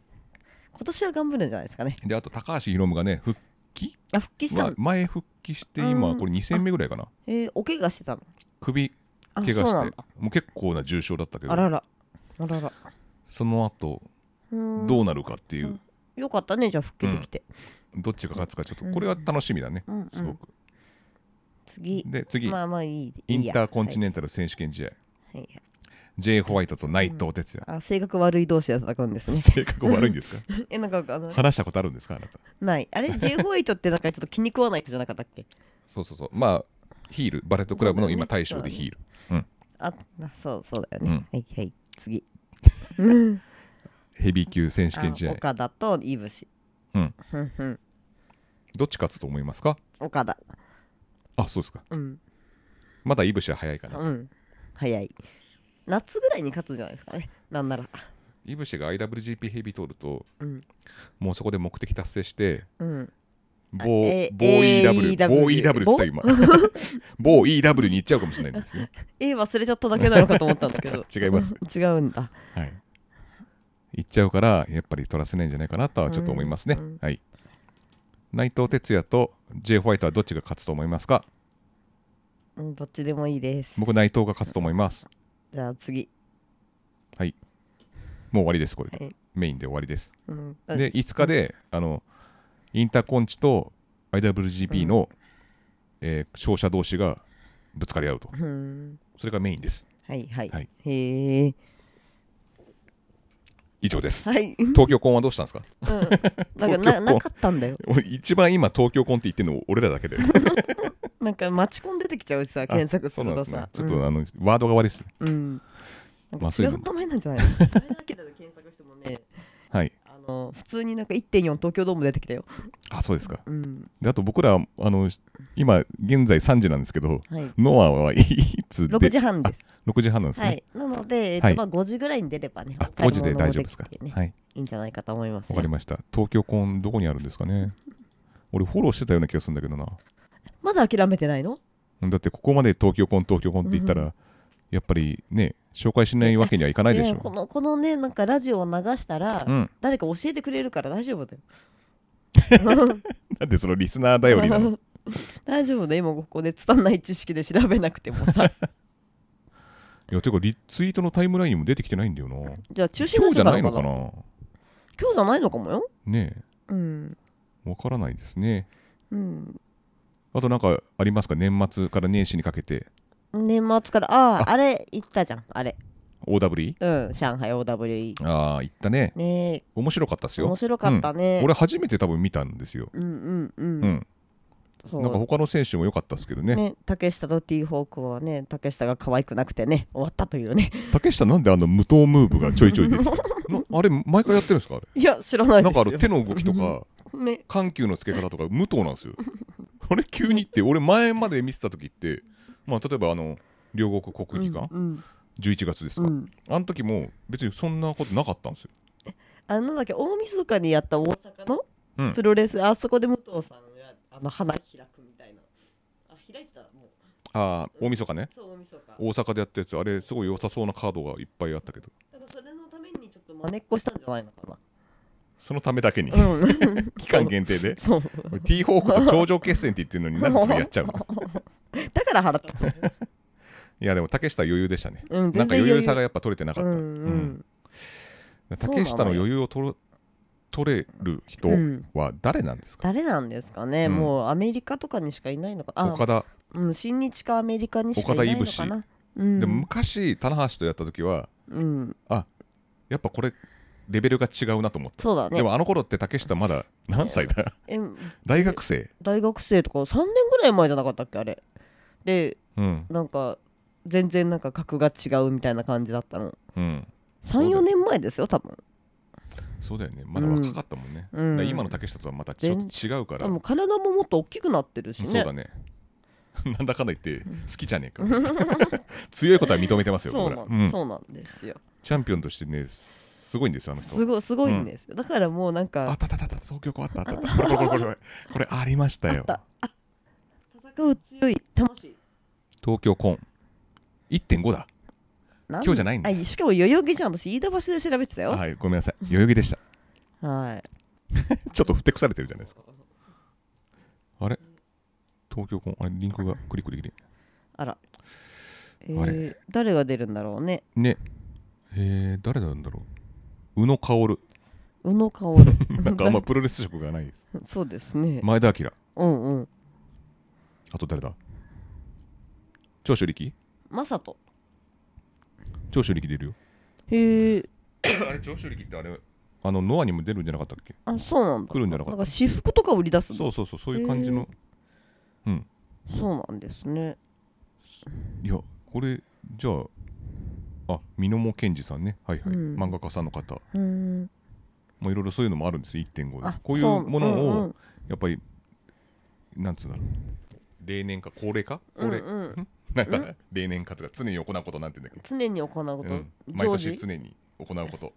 Speaker 2: 今年は頑張るんじゃないですかね
Speaker 1: で、あと高橋宏夢がね、復帰、
Speaker 2: あ復帰した
Speaker 1: ま
Speaker 2: の、
Speaker 1: あ、前復帰して、
Speaker 2: う
Speaker 1: 今、
Speaker 2: ん
Speaker 1: これ2戦目ぐらいかな。
Speaker 2: えーお怪我してたの
Speaker 1: 首、
Speaker 2: あ
Speaker 1: 怪我
Speaker 2: そうな
Speaker 1: し
Speaker 2: ん
Speaker 1: て
Speaker 2: だ、
Speaker 1: もう結構な重傷だったけど
Speaker 2: あ、ららあらら
Speaker 1: その後、
Speaker 2: うーん、
Speaker 1: どうなるかっていううん
Speaker 2: よかったねじゃあ復帰できて、
Speaker 1: どっちが勝つか、ちょっと、これは楽しみだね、
Speaker 2: うんうん
Speaker 1: すごく。
Speaker 2: 次
Speaker 1: で、次、
Speaker 2: まあまあいいい
Speaker 1: イ
Speaker 2: いや
Speaker 1: ンターコンチネンタル選手権試合。
Speaker 2: はいはい
Speaker 1: J. ホワイトと内藤哲也。
Speaker 2: あ性格悪い同士で戦うんですね
Speaker 1: 性格悪いんですか
Speaker 2: えなんかあの
Speaker 1: 話したことあるんですかあなた
Speaker 2: ないあれ J ホワイトってなんかちょっと気に食わない人じゃなかったっけ
Speaker 1: そうそうそうまあヒールバレットクラブの今大将でヒール
Speaker 2: ああそうそうだよね、
Speaker 1: うん
Speaker 2: はいはい次
Speaker 1: ヘビー級選手
Speaker 2: あ
Speaker 1: 権試合
Speaker 2: 岡田とイブシ
Speaker 1: うん
Speaker 2: ふんふん
Speaker 1: どっち勝つと思いますか
Speaker 2: 岡田
Speaker 1: あそうですか
Speaker 2: うん
Speaker 1: まだイブシは早いかな
Speaker 2: うん早い夏ぐらいに勝つんじゃないですかねなんなら
Speaker 1: イブシが IWGP ヘビー取ると
Speaker 2: うん
Speaker 1: もうそこで目的達成して
Speaker 2: うん
Speaker 1: ボ
Speaker 2: え
Speaker 1: ー
Speaker 2: ー
Speaker 1: ボー EW
Speaker 2: AEW
Speaker 1: ボー EW っつった今 ボー EW に行っちゃうかもしれないん ですよ
Speaker 2: A 忘れちゃっただけなのかと思ったんだけど
Speaker 1: 違います
Speaker 2: 違うんだ
Speaker 1: はい行っちゃうからやっぱり取らせないんじゃないかなとはちょっと思いますね
Speaker 2: うんうん
Speaker 1: はい内藤哲也と J. ホワイトはどっちが勝つと思いますか
Speaker 2: うんどっちでもいいです
Speaker 1: 僕内藤が勝つと思います
Speaker 2: じゃあ次、
Speaker 1: もう終わりですこれ、
Speaker 2: はい
Speaker 1: メインで終わりです
Speaker 2: うん、
Speaker 1: で5日であのインターコンチと IWGP の、えー勝者同士がぶつかり合うと
Speaker 2: うん
Speaker 1: それがメインです
Speaker 2: はいはい、
Speaker 1: はい
Speaker 2: へえ
Speaker 1: 以上です、
Speaker 2: はい
Speaker 1: 東京コンはどうしたんですか
Speaker 2: うんなんかななかったんだよ
Speaker 1: 俺一番今東京コンって言ってるの俺ら だけで
Speaker 2: なんか待ち込ん出てきちゃうしさ検索するとさ
Speaker 1: あそうなんですねちょっとあの、ワードが悪いです
Speaker 2: うん、なんか
Speaker 1: 麻
Speaker 2: 違
Speaker 1: 酔飲
Speaker 2: うん名前なんじゃない のダメだけど検索してもね
Speaker 1: はい
Speaker 2: あの普通になんか1.4東京ドーム出てきたよ
Speaker 1: あそうですか
Speaker 2: うん
Speaker 1: であと僕らあの今現在3時なんですけど
Speaker 2: はい
Speaker 1: ノアはいつで
Speaker 2: 6時半です、
Speaker 1: 6時半なんですね、
Speaker 2: はいなので、えっと
Speaker 1: はい
Speaker 2: まあ5時ぐらいに出ればね
Speaker 1: あ
Speaker 2: お買
Speaker 1: 5
Speaker 2: い
Speaker 1: 時
Speaker 2: 物
Speaker 1: で
Speaker 2: も
Speaker 1: 大丈夫ですか
Speaker 2: きてね
Speaker 1: はい
Speaker 2: いいんじゃないかと思います
Speaker 1: わかり
Speaker 2: よ
Speaker 1: ました。東京コンどこにあるんですかね。俺フォローしてたような気がするんだけどな
Speaker 2: まだ諦めてないの
Speaker 1: だってここまで東京コン東京コンって言ったら、
Speaker 2: う
Speaker 1: やっぱりね紹介しないわけにはいかないでし
Speaker 2: ねこ
Speaker 1: ょ、
Speaker 2: のこのねなんかラジオを流したら、
Speaker 1: うん、
Speaker 2: 誰か教えてくれるから大丈夫だ よ
Speaker 1: なんでそのリスナー頼りなの
Speaker 2: 大丈夫だよ今ここで拙ない知識で調べなくても さ
Speaker 1: いやてかリツイートのタイムラインにも出てきてないんだよな今
Speaker 2: じゃあ中止にな
Speaker 1: 日
Speaker 2: っ
Speaker 1: じ
Speaker 2: ちゃ
Speaker 1: ゃ
Speaker 2: ったの
Speaker 1: ない
Speaker 2: か
Speaker 1: の
Speaker 2: な
Speaker 1: かな
Speaker 2: 今日じゃないのかもよ
Speaker 1: ねえ
Speaker 2: うん
Speaker 1: わからないですね
Speaker 2: うん
Speaker 1: あとなんかありますか年末から年始にかけて
Speaker 2: 年末からあああれ行ったじゃんあれ
Speaker 1: OWE?
Speaker 2: うん上海 OWE
Speaker 1: ああ行ったね
Speaker 2: ね
Speaker 1: 面白かったっす
Speaker 2: え
Speaker 1: よ
Speaker 2: 面白かったね、
Speaker 1: 俺初めて多分見たんですよ、
Speaker 2: うん、うんうん
Speaker 1: う
Speaker 2: うん
Speaker 1: ん、
Speaker 2: そう
Speaker 1: なんか他の選手も良かったですけどね
Speaker 2: ね、竹下とティーホークはね竹下が可愛くなくてね 終わったというね
Speaker 1: 竹下なんであの無糖ムーブがちょいちょい出てくる なあれ毎回やってるんですかあれ
Speaker 2: いや知らないですよ
Speaker 1: なんかあの手の動きとか
Speaker 2: ね
Speaker 1: 緩急のつけ方とか無糖な んですよあれ急にって俺前まで見てた時ってまあ例えばあの両国国技館、
Speaker 2: うん
Speaker 1: 11月です
Speaker 2: うん
Speaker 1: か、
Speaker 2: うん
Speaker 1: あの時も別にそんなことなかったんですよ
Speaker 2: あのなんだっけ大晦日にやった大阪の
Speaker 1: うん
Speaker 2: プロレス、あそこで武藤さんがあの花開くみたいなあ開いてたもう
Speaker 1: ああ大晦日ね
Speaker 2: そう大晦日
Speaker 1: 大阪でやったやつあれすごい良さそうなカードがいっぱいあったけど
Speaker 2: だからそれのためにちょっと真似っこしたんじゃないのか
Speaker 1: そのためだけに
Speaker 2: なうん
Speaker 1: 期間限定で
Speaker 2: そう
Speaker 1: 俺 T ホークと頂上決戦って言ってるのになんでそれやっちゃうの
Speaker 2: だから払った
Speaker 1: いやでも竹下余裕でしたね
Speaker 2: うん全然
Speaker 1: なんか余裕さがやっぱ取れてなか
Speaker 2: う
Speaker 1: っ
Speaker 2: ん
Speaker 1: た、
Speaker 2: うん
Speaker 1: うん竹下の余裕を取る取れる人
Speaker 2: うん
Speaker 1: は誰なんですか、
Speaker 2: 誰なんですかね、
Speaker 1: うん
Speaker 2: もうアメリカとかにしかいないのかあ
Speaker 1: 岡田
Speaker 2: うん、新日かアメリカにしかいないのかな。うん、
Speaker 1: でも昔棚橋とやった時は
Speaker 2: うん、
Speaker 1: やっぱこれレベルが違うなと思った、
Speaker 2: そうだ
Speaker 1: で
Speaker 2: ね。
Speaker 1: もあの頃って竹下まだ何歳 だ
Speaker 2: え
Speaker 1: 大学生
Speaker 2: 大学生とか3年ぐらい前じゃなかったっけあれ。で
Speaker 1: うん
Speaker 2: なんか全然なんか格が違うみたいな感じだったの。
Speaker 1: うんそうだよ
Speaker 2: 34年前ですよ多分。
Speaker 1: そうだよねまだ若かったもんね、
Speaker 2: うん
Speaker 1: だから今の竹下とはまたちょっと違うから
Speaker 2: でも体ももっと大きくなってるしね。
Speaker 1: そうだね。 なんだかんだ言って好きじゃねえか。 強いことは認めてますよ、
Speaker 2: そう
Speaker 1: 僕
Speaker 2: な
Speaker 1: ら
Speaker 2: ん、
Speaker 1: うん
Speaker 2: そうなんですよ。
Speaker 1: チャンピオンとしてね、すごいんですよ、あの人
Speaker 2: す。ごいすごいんですよ。だからもうなん
Speaker 1: あっ
Speaker 2: か
Speaker 1: たあったあった、東京こあったあったあった。これこれこれこれ、これありましたよ
Speaker 2: あ。った戦う強い魂。
Speaker 1: 東京コン。1.5だ。
Speaker 2: 今
Speaker 1: 今日じゃないんだ
Speaker 2: あしかも代々木じゃん私飯田橋で調べてたよ。
Speaker 1: はい、ごめんなさい。代々木でした。
Speaker 2: はい。
Speaker 1: ちょっとふてくされてるじゃないですか。あれ東京コン、あれ、リンクがクリクリクリ。
Speaker 2: あら。え
Speaker 1: あ
Speaker 2: ー、誰が出るんだろうね。
Speaker 1: ね。えー、誰なんだろう。宇野薫。
Speaker 2: 宇野薫。
Speaker 1: なんかあんまプロレス色がないです。
Speaker 2: そうですね。
Speaker 1: 前田明。
Speaker 2: うんうん。
Speaker 1: あと誰だ長州力
Speaker 2: マサト。
Speaker 1: 長州力出るよ。
Speaker 2: へえ。
Speaker 1: あれ、長州力ってあれ、あの、ノアにも出るんじゃなかったっけ
Speaker 2: あ、そうなんだ。
Speaker 1: 来るんじゃなか
Speaker 2: な
Speaker 1: っ
Speaker 2: ん
Speaker 1: た
Speaker 2: か私服とか売り出すの。
Speaker 1: そうそうそう、そういう感じの。
Speaker 2: そうなんですね。
Speaker 1: いや、これ、じゃあ、あ、美濃健二さんね。はいはい。
Speaker 2: うん
Speaker 1: 漫画家さんの方。
Speaker 2: うーん。
Speaker 1: まあ、いろいろそういうのもあるんですよ、1.5
Speaker 2: あ
Speaker 1: で。こういう
Speaker 2: そ
Speaker 1: もの
Speaker 2: うんう
Speaker 1: を
Speaker 2: ん、
Speaker 1: やっぱり、なんつうんだろう。例年化、高齢化高齢
Speaker 2: うんうん
Speaker 1: なんか、例年化とか、常に行うことなんて言うんだっ
Speaker 2: 常に行うこ
Speaker 1: け
Speaker 2: と。
Speaker 1: うん毎
Speaker 2: 常時。
Speaker 1: 年常に行うこと。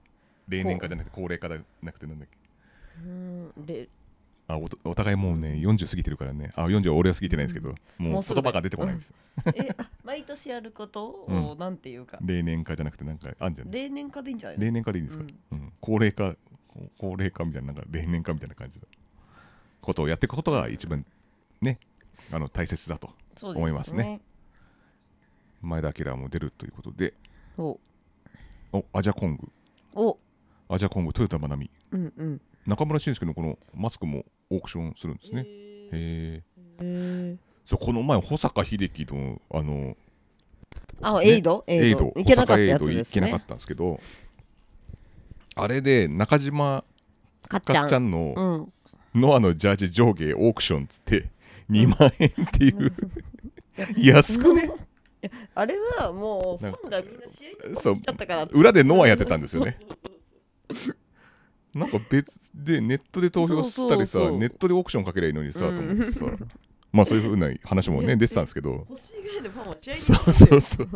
Speaker 1: 例年化じゃなくて、高齢化じゃなくて、なんだっけ。
Speaker 2: うーんで、
Speaker 1: あおとお互いもうね40過ぎてるからねあ40は俺は過ぎてないんですけど、も
Speaker 2: も
Speaker 1: う
Speaker 2: うすぐだ
Speaker 1: 言葉が出てこないんですよ、
Speaker 2: え、あ、毎年やること
Speaker 1: う
Speaker 2: を、なんていうか。
Speaker 1: 例年化じゃなくてなんかあんじゃない
Speaker 2: 例年化でいいんじゃないの。
Speaker 1: 例年化でいいんですか、うん高齢化こ高齢化みたいななんか例年化みたいな感じのことをやっていくことが一番ねあの大切だと
Speaker 2: そう
Speaker 1: 思い
Speaker 2: で
Speaker 1: ますす
Speaker 2: ね
Speaker 1: ね。前田明も出るということで
Speaker 2: お、
Speaker 1: おアジャコング
Speaker 2: お、
Speaker 1: アジャコング豊田真奈美
Speaker 2: うんうん。
Speaker 1: 中村俊輔のこのマスクもオークションするんですね
Speaker 2: へ
Speaker 1: へ
Speaker 2: ー
Speaker 1: え
Speaker 2: へー
Speaker 1: そうこの前保坂秀樹のあの
Speaker 2: あ、
Speaker 1: ね
Speaker 2: エイド、
Speaker 1: エ
Speaker 2: エイ
Speaker 1: イド
Speaker 2: ド。
Speaker 1: 大
Speaker 2: 行けなかっ
Speaker 1: 阪
Speaker 2: た
Speaker 1: エイ
Speaker 2: やつ
Speaker 1: ド
Speaker 2: で
Speaker 1: 行
Speaker 2: す
Speaker 1: けなか
Speaker 2: ね
Speaker 1: っ。たんですけどあれで中島
Speaker 2: かっち
Speaker 1: か
Speaker 2: ゃ
Speaker 1: っちゃ
Speaker 2: ん。
Speaker 1: んの
Speaker 2: うん。
Speaker 1: ノアのジャージ上下オークションっつって2万円っていう安 くね
Speaker 2: あれはもう
Speaker 1: なん
Speaker 2: フ
Speaker 1: か
Speaker 2: ァンがみんな試合に
Speaker 1: そう
Speaker 2: 行っちゃったから
Speaker 1: 裏でノアやってたんですよねなんか別でネットで投票したりさ
Speaker 2: そうそうそう
Speaker 1: ネットでオークションかけりゃいいのにさ、
Speaker 2: うん
Speaker 1: と思ってさまあそういうふうな話もね出てたんですけど
Speaker 2: 欲しいぐらいでファンは試合に
Speaker 1: そうそうそう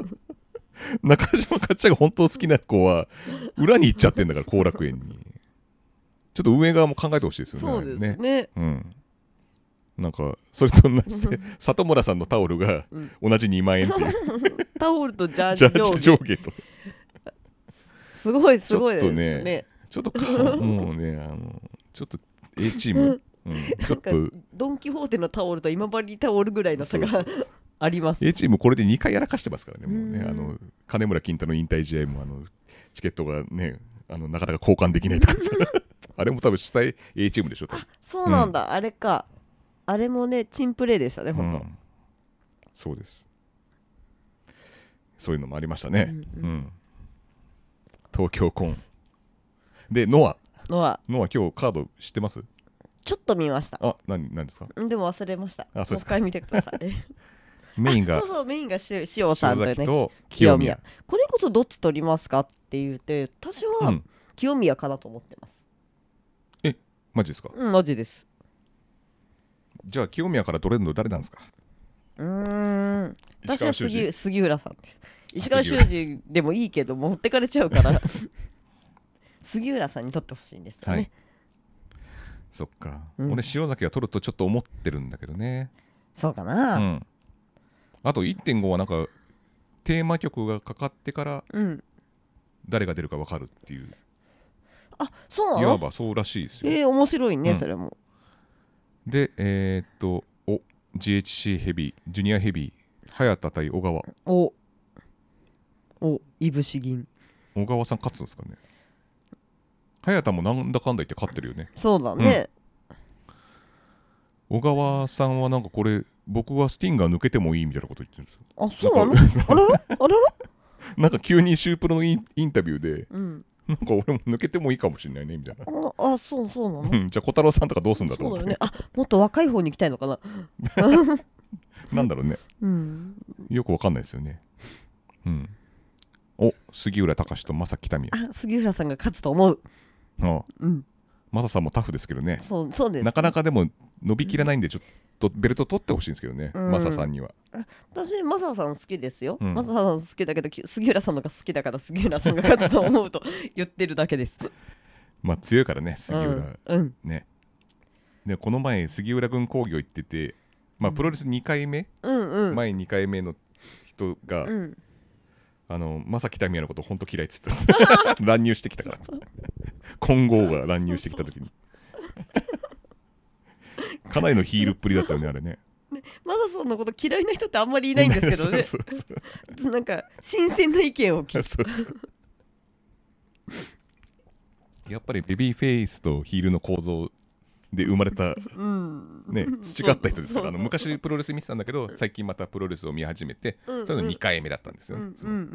Speaker 1: 中島かっちゃんが本当好きな子は裏に行っちゃってんだから後楽園にちょっと運営側も考えてほしいですよ
Speaker 2: そ
Speaker 1: ね
Speaker 2: うです
Speaker 1: あれ
Speaker 2: ね
Speaker 1: うん、なんかそれと同じで里村さんのタオルが
Speaker 2: うん
Speaker 1: 同じ2万円っていう
Speaker 2: タオルとジャージ
Speaker 1: ジャ
Speaker 2: 上
Speaker 1: ー
Speaker 2: 下
Speaker 1: ジ上下と
Speaker 2: すごいすごいです
Speaker 1: ちょっとね
Speaker 2: ね
Speaker 1: ちょっとか もうねあのちょっと A チーム、うん、ちょっ
Speaker 2: なん
Speaker 1: と
Speaker 2: かドン・キホーテのタオルと今治タオルぐらいの差
Speaker 1: そ
Speaker 2: があります。
Speaker 1: A チームこれで2回やらかしてますからねもうね
Speaker 2: うん
Speaker 1: あの金村金太の引退試合もあのチケットがねあのなかなか交換できないとか さあれも多分主催 A チームでしょ多分
Speaker 2: そうなんだ、あれか。あれもね、チンプレーでしたね、
Speaker 1: う
Speaker 2: ほんと。
Speaker 1: ん、そうですそういうのもありましたね、
Speaker 2: う
Speaker 1: うんん
Speaker 2: うん
Speaker 1: 東京コンでノア
Speaker 2: のは、
Speaker 1: ノア今日カード知ってます
Speaker 2: ちょっと見ました。
Speaker 1: あ何何ですか
Speaker 2: うんでも忘れました。
Speaker 1: あそ
Speaker 2: もう
Speaker 1: うで
Speaker 2: 一
Speaker 1: す
Speaker 2: 回見てください。
Speaker 1: メイン
Speaker 2: そう
Speaker 1: が
Speaker 2: そう、メインがしゅ塩
Speaker 1: 塩
Speaker 2: さんと
Speaker 1: 崎
Speaker 2: ね。
Speaker 1: と清
Speaker 2: 清
Speaker 1: 宮
Speaker 2: 宮これこそどっち取りますかって言って、私
Speaker 1: う
Speaker 2: は
Speaker 1: ん
Speaker 2: 清宮かなと思ってます。
Speaker 1: マジですか
Speaker 2: うん、マジです。
Speaker 1: じゃあ清宮から取れるの誰なんですか
Speaker 2: うーん。私は
Speaker 1: 石川修
Speaker 2: 杉
Speaker 1: 司
Speaker 2: 杉浦さんです。石
Speaker 1: 石
Speaker 2: 川
Speaker 1: 川
Speaker 2: 修
Speaker 1: 修
Speaker 2: 司でもいいけど持ってかれちゃうから 杉浦さんに取ってほしいんですよね。
Speaker 1: はいそっか、
Speaker 2: うん
Speaker 1: 俺塩崎が取るとちょっと思ってるんだけどね
Speaker 2: そうか
Speaker 1: う
Speaker 2: な。
Speaker 1: んあと1.5はなんかテーマ曲がかかってから
Speaker 2: うん。
Speaker 1: 誰が出るか分かるっていう
Speaker 2: あそうない
Speaker 1: わ
Speaker 2: の
Speaker 1: ばそうらしいですよ
Speaker 2: えー、面白いね、
Speaker 1: うん
Speaker 2: それも。
Speaker 1: で、えーっと、お GHC ヘビー、ジュニアヘビー、早田対小川。
Speaker 2: おおいぶし銀。
Speaker 1: 小川さん勝つんですかね早田もなんだかんだ言って勝ってるよね。
Speaker 2: そうだね。
Speaker 1: 小川さんはなんかこれ、僕はスティンガー抜けてもいいみたいなこと言ってるんですよ。
Speaker 2: あそうなの
Speaker 1: な
Speaker 2: あららあらら
Speaker 1: なんか急にシュープロのインインタビューで、
Speaker 2: うん。
Speaker 1: なんか俺も抜けてもいいかもしれないねみたいな。
Speaker 2: ああそうそうなの。
Speaker 1: うんじゃあ小太郎さんとかどうすんだと
Speaker 2: そ
Speaker 1: 思
Speaker 2: う
Speaker 1: っ
Speaker 2: だ
Speaker 1: て、
Speaker 2: よね。あもっと若い方に行きたいのかな。
Speaker 1: なんだろうね
Speaker 2: うん。
Speaker 1: よくわかんないですよねうんお杉浦隆と正木民
Speaker 2: あ杉浦さんが勝つと思う。
Speaker 1: あ
Speaker 2: うん。
Speaker 1: 正さんもタフですけどね
Speaker 2: そうそうです、
Speaker 1: なかなかでも伸びきらないんで、ちょっとベルト取ってほしいんですけどね、
Speaker 2: うん
Speaker 1: マサさんには。
Speaker 2: 私マサさん好きですよ、
Speaker 1: うん
Speaker 2: マサさん好きだけどき杉浦さんのが好きだから杉浦さんが勝つと思うと言ってるだけです
Speaker 1: まあ強いからね、 杉浦、
Speaker 2: うん、うん
Speaker 1: ね。で、この前、杉浦軍工業行ってて、まあ、プロレス2回目、
Speaker 2: うんうん
Speaker 1: 前2回目の人が、
Speaker 2: うん
Speaker 1: あの正木民也のこと、本当嫌い っつって た。乱入してきたから。混合が乱入してきたときに。かなりのヒールっぷりだったよね、あれね。
Speaker 2: マサさんのこと嫌いな人ってあんまりいないんですけどね
Speaker 1: そうそうそう
Speaker 2: なんか新鮮な意見を 聞いて
Speaker 1: そうそうやっぱりベビーフェイスとヒールの構造で生まれた、
Speaker 2: うん
Speaker 1: ね、 培った人ですからあの
Speaker 2: そう
Speaker 1: 昔プロレス見てたんだけど最近またプロレスを見始めて
Speaker 2: うん
Speaker 1: それの2回目だったんです
Speaker 2: う
Speaker 1: よ
Speaker 2: んう
Speaker 1: ね
Speaker 2: ん、
Speaker 1: そ
Speaker 2: うん
Speaker 1: の
Speaker 2: う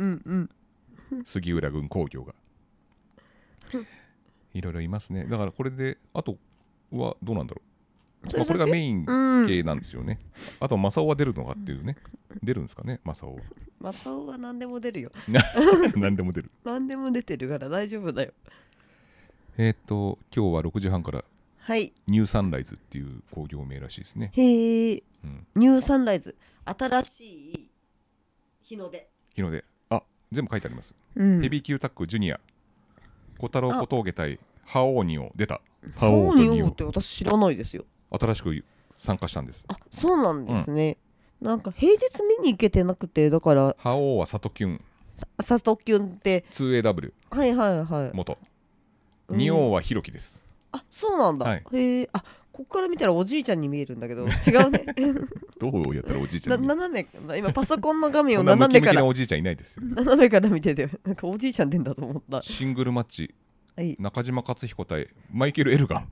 Speaker 2: ん
Speaker 1: 杉浦軍工業がいろいろいますねだからこれであとはどうなんだろ、
Speaker 2: そうれだけ
Speaker 1: まあ、これがメイン
Speaker 2: うん
Speaker 1: 系なんですよね、あと正雄は出るのかっていうね出るんですかね正雄は
Speaker 2: マサオは何でも出るよ
Speaker 1: 何でも出る
Speaker 2: 何でも出てるから大丈夫だよ
Speaker 1: えーっ、と今日は6時半から
Speaker 2: はい
Speaker 1: ニューサンライズっていう工業名らしいですね。
Speaker 2: へえ
Speaker 1: うん、
Speaker 2: ニューサンライズ新しい日の出
Speaker 1: 日の出。あ全部書いてあります。
Speaker 2: うん
Speaker 1: ヘビー級タックジュニア、小太郎小峠対覇王にを出た。
Speaker 2: ハ
Speaker 1: 覇
Speaker 2: オ
Speaker 1: 王と
Speaker 2: ニ
Speaker 1: ニ
Speaker 2: オっ
Speaker 1: オ
Speaker 2: て私知らないですよ
Speaker 1: 新しく参加したんです。
Speaker 2: あそうなんですね、なんか平日見に行けてなくてだから
Speaker 1: 覇王は里キュン、
Speaker 2: さサトキュンって
Speaker 1: 2AW
Speaker 2: はいはいはい
Speaker 1: 元。
Speaker 2: うん
Speaker 1: ニオはヒロキです。
Speaker 2: あそうなんだ、
Speaker 1: はい
Speaker 2: へえあこっから見たらおじいちゃんに見えるんだけど違う ね
Speaker 1: どうやったらおじいちゃ
Speaker 2: なん
Speaker 1: に。
Speaker 2: 斜め今パソコンの画面
Speaker 1: こ
Speaker 2: を
Speaker 1: んなム
Speaker 2: 斜め
Speaker 1: キム
Speaker 2: か
Speaker 1: キな
Speaker 2: ら
Speaker 1: おじいちゃんいないですよ。
Speaker 2: 斜めから見ててなんかおじいちゃんでんだと思った
Speaker 1: シングルマッチ、
Speaker 2: はい
Speaker 1: 中島克彦対マイケル・エルガン。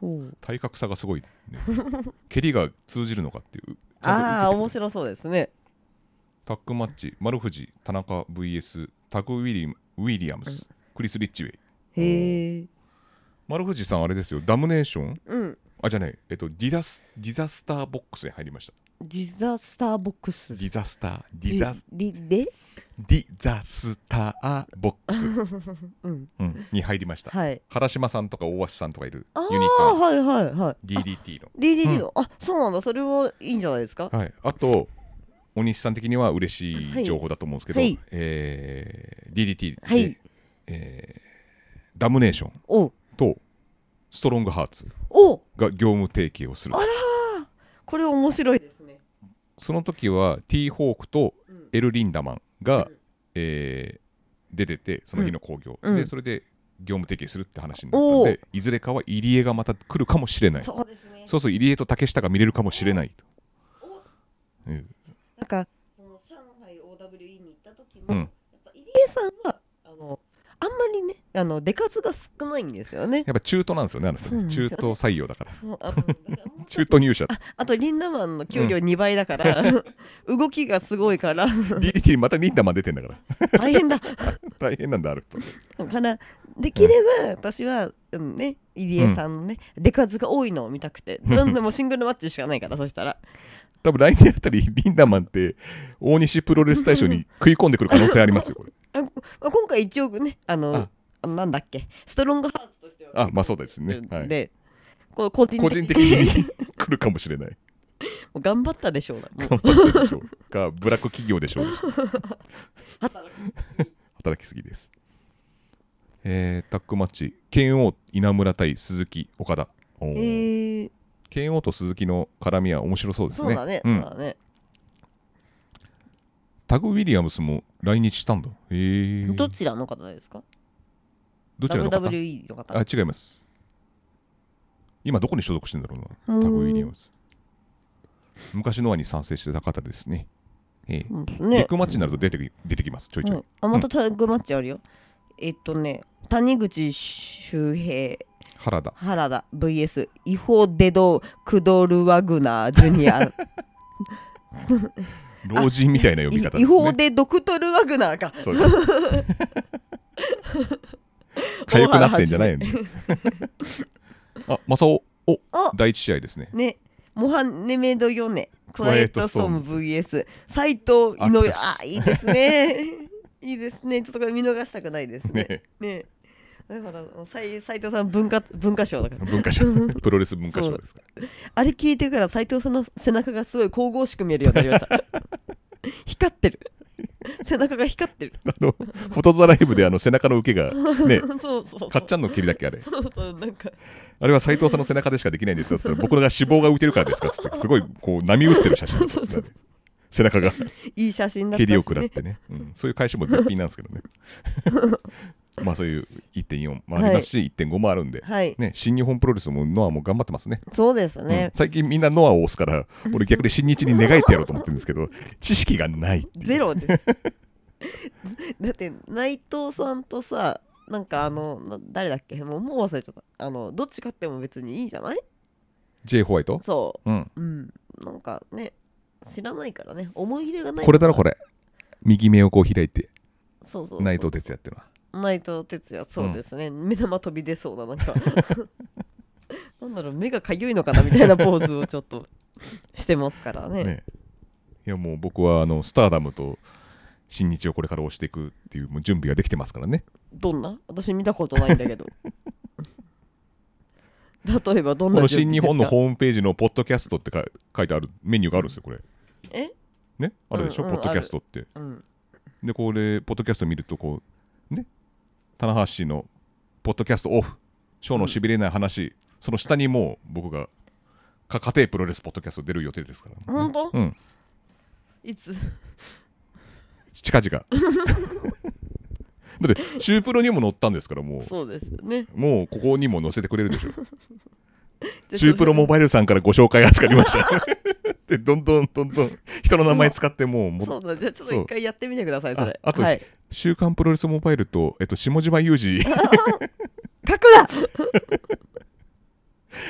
Speaker 2: ほう
Speaker 1: 体格差がすご い、ね。蹴りが通じるのかっていう。ちゃんと受けて
Speaker 2: ああ面白そうですね
Speaker 1: タッグマッチ、丸藤、田中 VS、タグウィリムウィリアムス、クリス・リッチウェイ。
Speaker 2: へえ
Speaker 1: 丸藤さん、あれですよ、ダムネーション
Speaker 2: うん
Speaker 1: あ、じゃない、えっと、ディザスディザスターボックスに入りました。
Speaker 2: ディザスターボックス
Speaker 1: ディザスター、デ
Speaker 2: ジ
Speaker 1: ィザス、
Speaker 2: リレ
Speaker 1: ディザスターボック ス、
Speaker 2: うん
Speaker 1: うんに入りました。
Speaker 2: はい
Speaker 1: 原島さんとか大橋さんとかいる
Speaker 2: あ
Speaker 1: ユニッ
Speaker 2: あ
Speaker 1: トの
Speaker 2: はいはいはい
Speaker 1: DDT の。
Speaker 2: DDD の、あそうなんだそれはいいんじゃないですか
Speaker 1: はい、あと、大西さん的には嬉しい情報だと思うんですけど、
Speaker 2: はい
Speaker 1: えー DDT で、
Speaker 2: はい
Speaker 1: えーダムネーション
Speaker 2: おう
Speaker 1: とストロングハーツ。
Speaker 2: おう
Speaker 1: が業務提携をする
Speaker 2: あらこれ面白いですね。
Speaker 1: その時は T ホークと
Speaker 2: うん
Speaker 1: エル・リンダマンが、
Speaker 2: うん
Speaker 1: えー出ててその日の興行、
Speaker 2: うん
Speaker 1: でそれで業務提携するって話になったんでいずれかは入江がまた来るかもしれないそう
Speaker 2: そうですね。
Speaker 1: そう入江と竹下が見れるかもしれないと、うん
Speaker 2: なんかその上海 OWE に行った時も、
Speaker 1: うん
Speaker 2: やっぱ入江さんはあのあんまりねあの出数が少ないんですよね。
Speaker 1: やっぱ中途なんですよねあの人
Speaker 2: そうなん
Speaker 1: ね
Speaker 2: ですよ
Speaker 1: 中
Speaker 2: ね
Speaker 1: 途採用だから
Speaker 2: そうあのだ からもうちょ
Speaker 1: 中
Speaker 2: っと
Speaker 1: 途入社
Speaker 2: あとリンダマンの給料2倍だから、 動きがすごいから
Speaker 1: DDT にまたリンダマン出てんだから
Speaker 2: 大変だ
Speaker 1: 大変なんだあると
Speaker 2: だからできれば私は、うんね、入江さんのね、出数が多いのを見たくて
Speaker 1: うん
Speaker 2: なんでもシングルマッチしかないからそしたら
Speaker 1: 多分来年あたりリンダマンって大西プロレス大賞に食い込んでくる可能性ありますよこれ
Speaker 2: あ、まあ、今回一応ねあの
Speaker 1: あ
Speaker 2: あのなんだっけストロングハーツとしては
Speaker 1: あまあそうですねはい
Speaker 2: でこう個人
Speaker 1: 個
Speaker 2: 的
Speaker 1: 人
Speaker 2: に
Speaker 1: 的に来るかもしれない
Speaker 2: もう頑張ったでしょうなもう
Speaker 1: 頑張ってるでしょうかブラック企業でしょう
Speaker 2: 働く
Speaker 1: 働きすぎです、えータッグマッチ剣王稲村対鈴木岡田お
Speaker 2: え
Speaker 1: ー
Speaker 2: ー、
Speaker 1: 剣王と鈴木の絡みは面白そうですね
Speaker 2: そうだね、
Speaker 1: ん
Speaker 2: そうだね、
Speaker 1: タグ・ウィリアムスも来日したんだへえ
Speaker 2: どちらの方ですか
Speaker 1: どちらの方
Speaker 2: WWE の方
Speaker 1: あ違います今どこに所属してんだろう
Speaker 2: うー
Speaker 1: なんタグ・ウィリアムス昔のアに賛成してた方ですね、ええ
Speaker 2: うん
Speaker 1: ビッ
Speaker 2: ね
Speaker 1: グマッチになると出てき出てきますちょいちょい、
Speaker 2: うんあまたタッグマッチあるよ、えっとね谷口周平
Speaker 1: 原田
Speaker 2: 原田 VS イホデドクドルワグナージュニ ア
Speaker 1: 老人みたいな読み方
Speaker 2: い違
Speaker 1: ですね
Speaker 2: 法でドクトルワグナーか
Speaker 1: そうです。 かゆくなってんじゃないよね。 あ、マサオ、お、
Speaker 2: あ
Speaker 1: 第一試合ですね。
Speaker 2: ねモハネメドヨネクワイエットストーム VS 斎藤井上あいいですね いいですねちょっとこれ見逃したくないですね
Speaker 1: ね、
Speaker 2: ねだから斎斉藤さん文化文化賞だから
Speaker 1: 文化賞、プロレス文化賞ですから。
Speaker 2: あれ聞いてから斉藤さんの背中がすごい神々しく見えるようになりました 光ってる背中が光ってる
Speaker 1: あの、フォトザライブであの背中の受けが、ね、
Speaker 2: そうそうそう
Speaker 1: かっちゃんの蹴りだっけあ れ。
Speaker 2: そうそうなんか
Speaker 1: あれは斎藤さんの背中でしかできないんですよ。つって僕らが脂肪が浮いてるからですかつって、すごいこう波打ってる写真だったんですよね背中が
Speaker 2: いい写真だった
Speaker 1: 蹴
Speaker 2: し、ね、
Speaker 1: りを食らってね、うん、そういう返しも絶品なんですけどね。 まあそういう1.4もありますし、1.5もあるんで、
Speaker 2: はい
Speaker 1: ね、新日本プロレスもノアも頑張ってますね。
Speaker 2: そうです
Speaker 1: うん
Speaker 2: ね、
Speaker 1: 最近みんなノアを押すから、俺逆に新日に願いてやろうと思ってるんですけど、知識がないっていう
Speaker 2: ゼロですだって内藤さんとさなんかあのな誰だっけもうもう忘れちゃったあのどっち勝っても別にいいじゃない
Speaker 1: J. ホワイト、
Speaker 2: そ
Speaker 1: うん、
Speaker 2: ううんなんかね知らないからね思い入れがない
Speaker 1: これだろ、これ。右目をこう開いて、
Speaker 2: そうそうそう
Speaker 1: 内藤哲也っていうのは。
Speaker 2: 内藤哲也そうですね、目玉飛び出そうななんか なんだろう目がかゆいのかなみたいなポーズをちょっとしてますからね
Speaker 1: ねいや、もう僕はあのスターダムと新日をこれから押していくっていうもう準備ができてますからね。
Speaker 2: どんな私見たことないんだけ ど例えばどん
Speaker 1: こ
Speaker 2: な
Speaker 1: の
Speaker 2: 準備
Speaker 1: 新日本の
Speaker 2: ですか
Speaker 1: ホームページのポッドキャストってか書いてあるメニューがあるんですよ、これ。
Speaker 2: え
Speaker 1: ね、あるでしょ、
Speaker 2: うんうん
Speaker 1: ポッドキャストって。
Speaker 2: うん
Speaker 1: で、これ、ポッドキャスト見ると、こう、ね、棚橋のポッドキャストオフ、ショーのしびれない話、その下にもう僕がか家庭プロレスポッドキャスト出る予定ですから、
Speaker 2: 本当
Speaker 1: うん、
Speaker 2: いつ
Speaker 1: 近々。だって、シュープロにも載ったんですから、もう、
Speaker 2: そうですよね
Speaker 1: もうここにも載せてくれる でしょ。
Speaker 2: じゃあ
Speaker 1: シュープロモバイルさんからご紹介預かりました。で、どんどんどんどん人の名前使ってもうも
Speaker 2: そうだじゃあちょっと一回やってみてくださいそれ
Speaker 1: ああと
Speaker 2: はい、
Speaker 1: 週刊プロレスモバイルと、えっと、下島雄 二
Speaker 2: 書く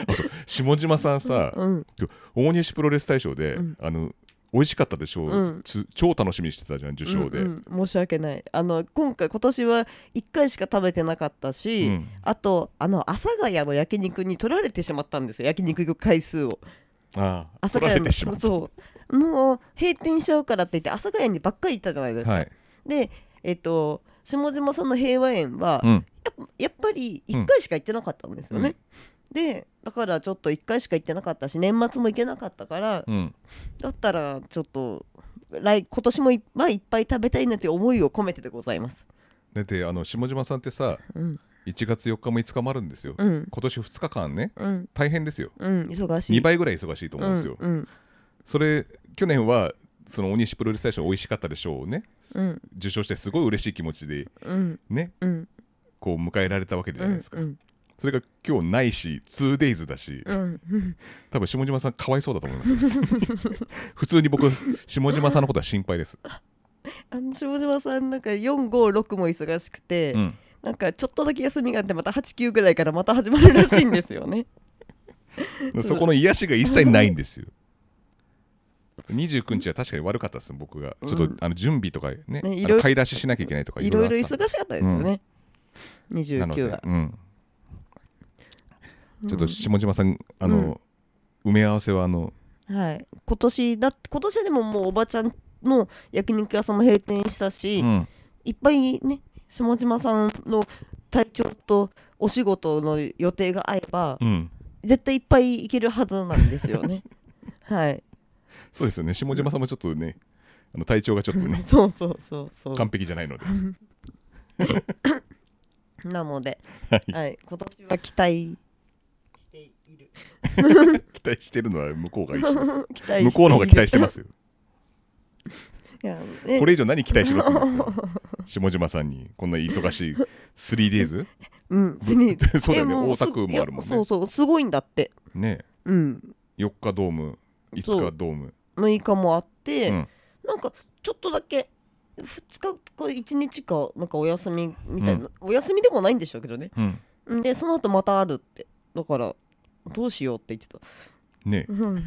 Speaker 1: あそう下島さんさ
Speaker 2: なうん
Speaker 1: 大西プロレス大賞で、
Speaker 2: うん
Speaker 1: あの美味しかったでしょう、
Speaker 2: うん
Speaker 1: つ超楽しみにしてたじゃん受賞で、
Speaker 2: うんうん申し訳ないあの今回今年は1回しか食べてなかったし、
Speaker 1: うん
Speaker 2: あとあの阿佐ヶ谷の焼肉に取られてしまったんですよ焼肉行く回数を
Speaker 1: ああ
Speaker 2: 阿佐
Speaker 1: 取
Speaker 2: ヶ
Speaker 1: られ
Speaker 2: 谷
Speaker 1: てしま
Speaker 2: の
Speaker 1: った
Speaker 2: そうもう閉店しちゃうからって言って阿佐ヶ谷にばっかり行ったじゃないですか、
Speaker 1: はい、
Speaker 2: でえっ、と下島さんの平和園は、
Speaker 1: うん、
Speaker 2: やっぱやっぱり1回しか行ってなかったんですよね、でだからちょっと1回しか行ってなかったし年末も行けなかったから、
Speaker 1: うん、
Speaker 2: だったらちょっと来今年もい,、まあ、いっぱい食べたいなという思いを込めてでございます、
Speaker 1: だってあの下島さんってさ
Speaker 2: うん、
Speaker 1: 1月4日も5日もあるんですよ、
Speaker 2: うん
Speaker 1: 今年2日間ね
Speaker 2: うん
Speaker 1: 大変ですよ
Speaker 2: うん忙しい
Speaker 1: 2倍ぐらい忙しいと思うんですよ、
Speaker 2: うんうん
Speaker 1: それ去年はその大西プロレス大賞美味しかったでしょうね
Speaker 2: うん
Speaker 1: 受賞してすごい嬉しい気持ちで
Speaker 2: うん
Speaker 1: ね
Speaker 2: うん
Speaker 1: こう迎えられたわけじゃないですか、
Speaker 2: うん
Speaker 1: それが今日ないし 2days だし、
Speaker 2: うんうん
Speaker 1: 多分下島さんかわいそうだと思います 普通に僕下島さんのことは心配です、
Speaker 2: あの下島さんなんか456も忙しくて、
Speaker 1: うん
Speaker 2: なんかちょっとだけ休みがあってまた89ぐらいからまた始まるらしいんですよね
Speaker 1: そこの癒しが一切ないんですよ29日は確かに悪かったです僕がちょっと、
Speaker 2: うん
Speaker 1: あの準備とか
Speaker 2: ね
Speaker 1: ね
Speaker 2: いろいろ
Speaker 1: あの買い出ししなきゃいけないとか
Speaker 2: いろいろ
Speaker 1: あった
Speaker 2: 忙しかったですよね、
Speaker 1: なので
Speaker 2: 29が、
Speaker 1: うん、ちょっ
Speaker 2: う
Speaker 1: と
Speaker 2: ん
Speaker 1: 下島さんあの、埋め合わせはあの
Speaker 2: はい、今年だ今年でももうおばちゃんの焼肉屋さんも閉店したし、
Speaker 1: うん
Speaker 2: いっぱいね下島さんの体調とお仕事の予定が合えば、
Speaker 1: うん
Speaker 2: 絶対いっぱい行けるはずなんですよ ねはい
Speaker 1: そうですよね下島さんもちょっとねあの体調がちょっとね
Speaker 2: そうそうそうそう
Speaker 1: 完璧じゃないので
Speaker 2: なので、
Speaker 1: は
Speaker 2: はい今年は期待している
Speaker 1: 期待してるのは向こう が一緒です
Speaker 2: 期待
Speaker 1: 向こうの方が期待してますよ
Speaker 2: いやね
Speaker 1: これ以上何期待しろって言うん ですか下島さんにこんな忙しい 3days
Speaker 2: うん別 に
Speaker 1: そうだよね
Speaker 2: えも
Speaker 1: 大田区もあるもん
Speaker 2: すいやそうそ
Speaker 1: ね
Speaker 2: うすごいんだって
Speaker 1: ね
Speaker 2: うん
Speaker 1: 4日ドーム
Speaker 2: そ
Speaker 1: 5
Speaker 2: う
Speaker 1: 日ドーム
Speaker 2: 6日もあって、
Speaker 1: うん
Speaker 2: なんかちょっとだけ2日か1日かなんかお休みみたいな、お休みでもないんでしょうけどね
Speaker 1: うん
Speaker 2: んでその後またあるってだからどうしようって言ってた
Speaker 1: ね
Speaker 2: うん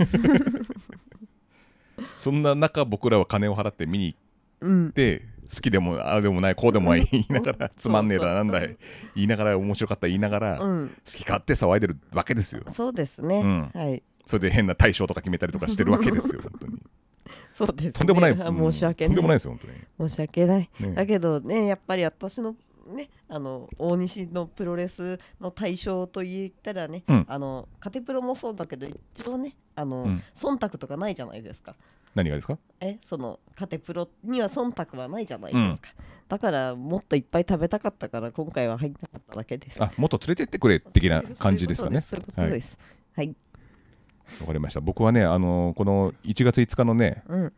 Speaker 1: そんな中僕らは金を払って見に行っ
Speaker 2: うん
Speaker 1: て好きでもああでもないこうでもない言いながらつまんねえ
Speaker 2: そうそ
Speaker 1: だ
Speaker 2: う
Speaker 1: なんだい言いながら面白かった言いなが
Speaker 2: う
Speaker 1: ら好
Speaker 2: ん
Speaker 1: き勝手騒いでるわけですよ
Speaker 2: そうですね、
Speaker 1: うん
Speaker 2: はい
Speaker 1: それで変な大賞とか決めたりとかしてるわけですよ本当 に
Speaker 2: そうですね
Speaker 1: とんでもない
Speaker 2: あ
Speaker 1: うん
Speaker 2: 申し訳
Speaker 1: とんでもないいですよ本
Speaker 2: 申し訳ない
Speaker 1: 当に
Speaker 2: だ
Speaker 1: ね
Speaker 2: けどねやっぱり私のねあの大西のプロレスの対象と言ったらね、
Speaker 1: うん
Speaker 2: あのカテプロもそうだけど一応ねあの、
Speaker 1: うん
Speaker 2: 忖度とかないじゃないですか
Speaker 1: 何がですか
Speaker 2: えそのカテプロには忖度はないじゃないですか、だからもっといっぱい食べたかったから今回は入んなかっただけです
Speaker 1: あもっと連れてってくれ的な感じですかね
Speaker 2: そういうことですそういう
Speaker 1: わかりました僕はねあのこの1月5日のね
Speaker 2: ことですはい、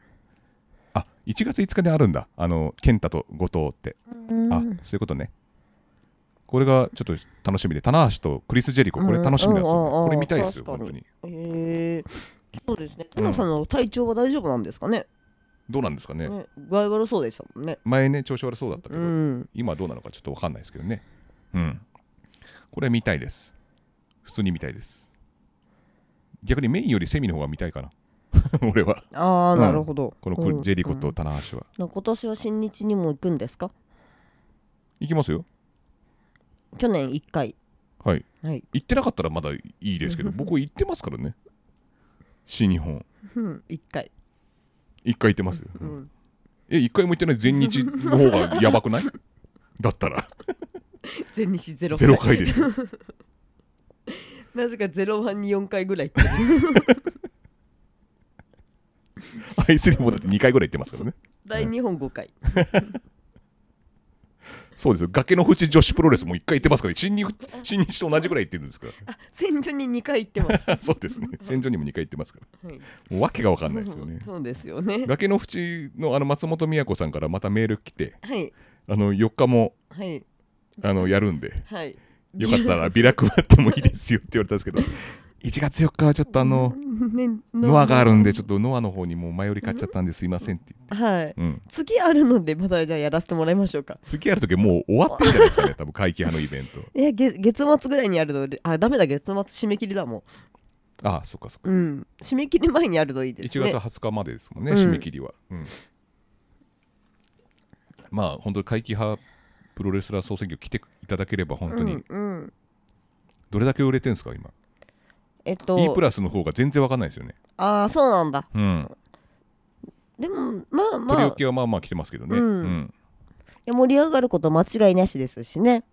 Speaker 1: あ1月5日にあるんだ、あの健太と後藤って、
Speaker 2: うん
Speaker 1: あそういうことね。これがちょっと楽しみで、棚橋とクリス・ジェリコ、これ楽しみなんです
Speaker 2: うんうんうんう
Speaker 1: よ。
Speaker 2: ん
Speaker 1: これ見たいですよ、
Speaker 2: 確か
Speaker 1: 本
Speaker 2: に
Speaker 1: 当に。
Speaker 2: へえそうですねタナさんの体調は大丈夫なんですかね,、
Speaker 1: どうなんですかね、
Speaker 2: ね具合悪そうでしたもんね
Speaker 1: 前ね、調子悪そうだったけ
Speaker 2: う
Speaker 1: ど、
Speaker 2: ん
Speaker 1: 今どうなのかちょっとわかんないですけどね。うん。これ見たいです。普通に見たいです。逆にメインよりセミの方が見たいかな。 俺は、
Speaker 2: ああ、
Speaker 1: うん
Speaker 2: なるほど。
Speaker 1: このクリ
Speaker 2: うん
Speaker 1: ジェリコと棚橋は。
Speaker 2: うん今年は新日にも行くんですか
Speaker 1: 行きますよ。
Speaker 2: 去年1回。
Speaker 1: はい。
Speaker 2: はい。
Speaker 1: 行ってなかったらまだいいで すけど、僕行ってますからね。新日本。
Speaker 2: うん、1回。
Speaker 1: 一回行ってますよ。
Speaker 2: うん。
Speaker 1: え、一回も行ってない全日の方がやばくない だったら、
Speaker 2: 全日ゼロ
Speaker 1: ゼロ回ですよ。
Speaker 2: なぜかゼロワンに4回ぐらい行ってる。
Speaker 1: アイスリボンだって2回ぐらい行ってますからね。
Speaker 2: 第2本5回。
Speaker 1: そうですよ。崖の淵女子プロレスも1回行ってますから、新日新日と同じぐらい行ってるんですか
Speaker 2: あ、戦場に2回行って ます。
Speaker 1: ら。そうですね。戦場にも2回行ってますから。
Speaker 2: はい。。
Speaker 1: もうわけがわかんないですよね
Speaker 2: そうですよね。
Speaker 1: 崖の淵のあの松本美也子さんからまたメール来て、
Speaker 2: はい。
Speaker 1: あの4日も
Speaker 2: はい。
Speaker 1: あのやるんで、
Speaker 2: はい。
Speaker 1: よかったらビラ配ってもいいですよって言われたんですけ ど、1月4日はちょっとあの、
Speaker 2: ね、
Speaker 1: ノアがあるんで、ちょっとノアの方にもう迷い買っちゃったんですいませんって言って。
Speaker 2: はい。
Speaker 1: うん
Speaker 2: 次あるので、またじゃあやらせてもらいましょうか。
Speaker 1: 次ある時はもう終わってんじゃないですかね、多分会期派のイベント。
Speaker 2: いや、げ月末ぐらいにあるので、あ、ダメだ、月末締め切りだも
Speaker 1: ああ、そっかそっか。
Speaker 2: ん。うん。締め切り前にあるといいです
Speaker 1: 1
Speaker 2: ね。
Speaker 1: 月20日までですもんね、
Speaker 2: うん
Speaker 1: 締め切りは。うんまあ、本当に会期派プロレスラー総選挙来ていただければ、本当に、
Speaker 2: うんうん
Speaker 1: どれだけ売れてるんですか、今。
Speaker 2: えっと、
Speaker 1: E プラスの方が全然わかんないですよね。
Speaker 2: ああそうなんだ
Speaker 1: うん。
Speaker 2: でもまあま
Speaker 1: 取り
Speaker 2: あ
Speaker 1: 置きはまあまあ来てますけどね。う
Speaker 2: うんんいや盛り上がること間違いなしですしね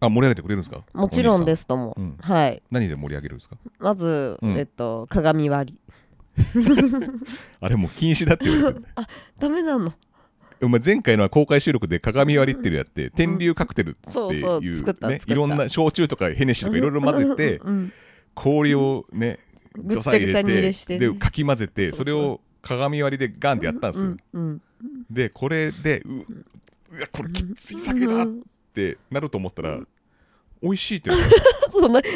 Speaker 1: あ、盛り上げてくれるんですか。
Speaker 2: もちろんですすとも、
Speaker 1: うん
Speaker 2: はい
Speaker 1: 何で盛り上げるんですか
Speaker 2: まず、
Speaker 1: うん
Speaker 2: えっと鏡割り
Speaker 1: あれもう禁止だって言われてる。
Speaker 2: ダメなの
Speaker 1: お前前回のは公開収録で鏡割りっていうのやって天竜カクテルって
Speaker 2: そうそう
Speaker 1: い
Speaker 2: 作っ
Speaker 1: う
Speaker 2: た
Speaker 1: ね
Speaker 2: 作った
Speaker 1: いろんな焼酎とかヘネシーとかいろいろ混ぜて
Speaker 2: うん
Speaker 1: 氷をね
Speaker 2: ぐっ
Speaker 1: ど
Speaker 2: ち
Speaker 1: さ
Speaker 2: ゃ
Speaker 1: 入
Speaker 2: ぐちゃ
Speaker 1: れ
Speaker 2: に入
Speaker 1: て
Speaker 2: れして
Speaker 1: でかき混ぜ
Speaker 2: そ
Speaker 1: て
Speaker 2: うそう
Speaker 1: それを鏡割りでガンってやったんですよ
Speaker 2: うん
Speaker 1: でこれでううわこれきつい酒だっ
Speaker 2: うん
Speaker 1: てなると思ったら美味しいってなっ
Speaker 2: そうななんか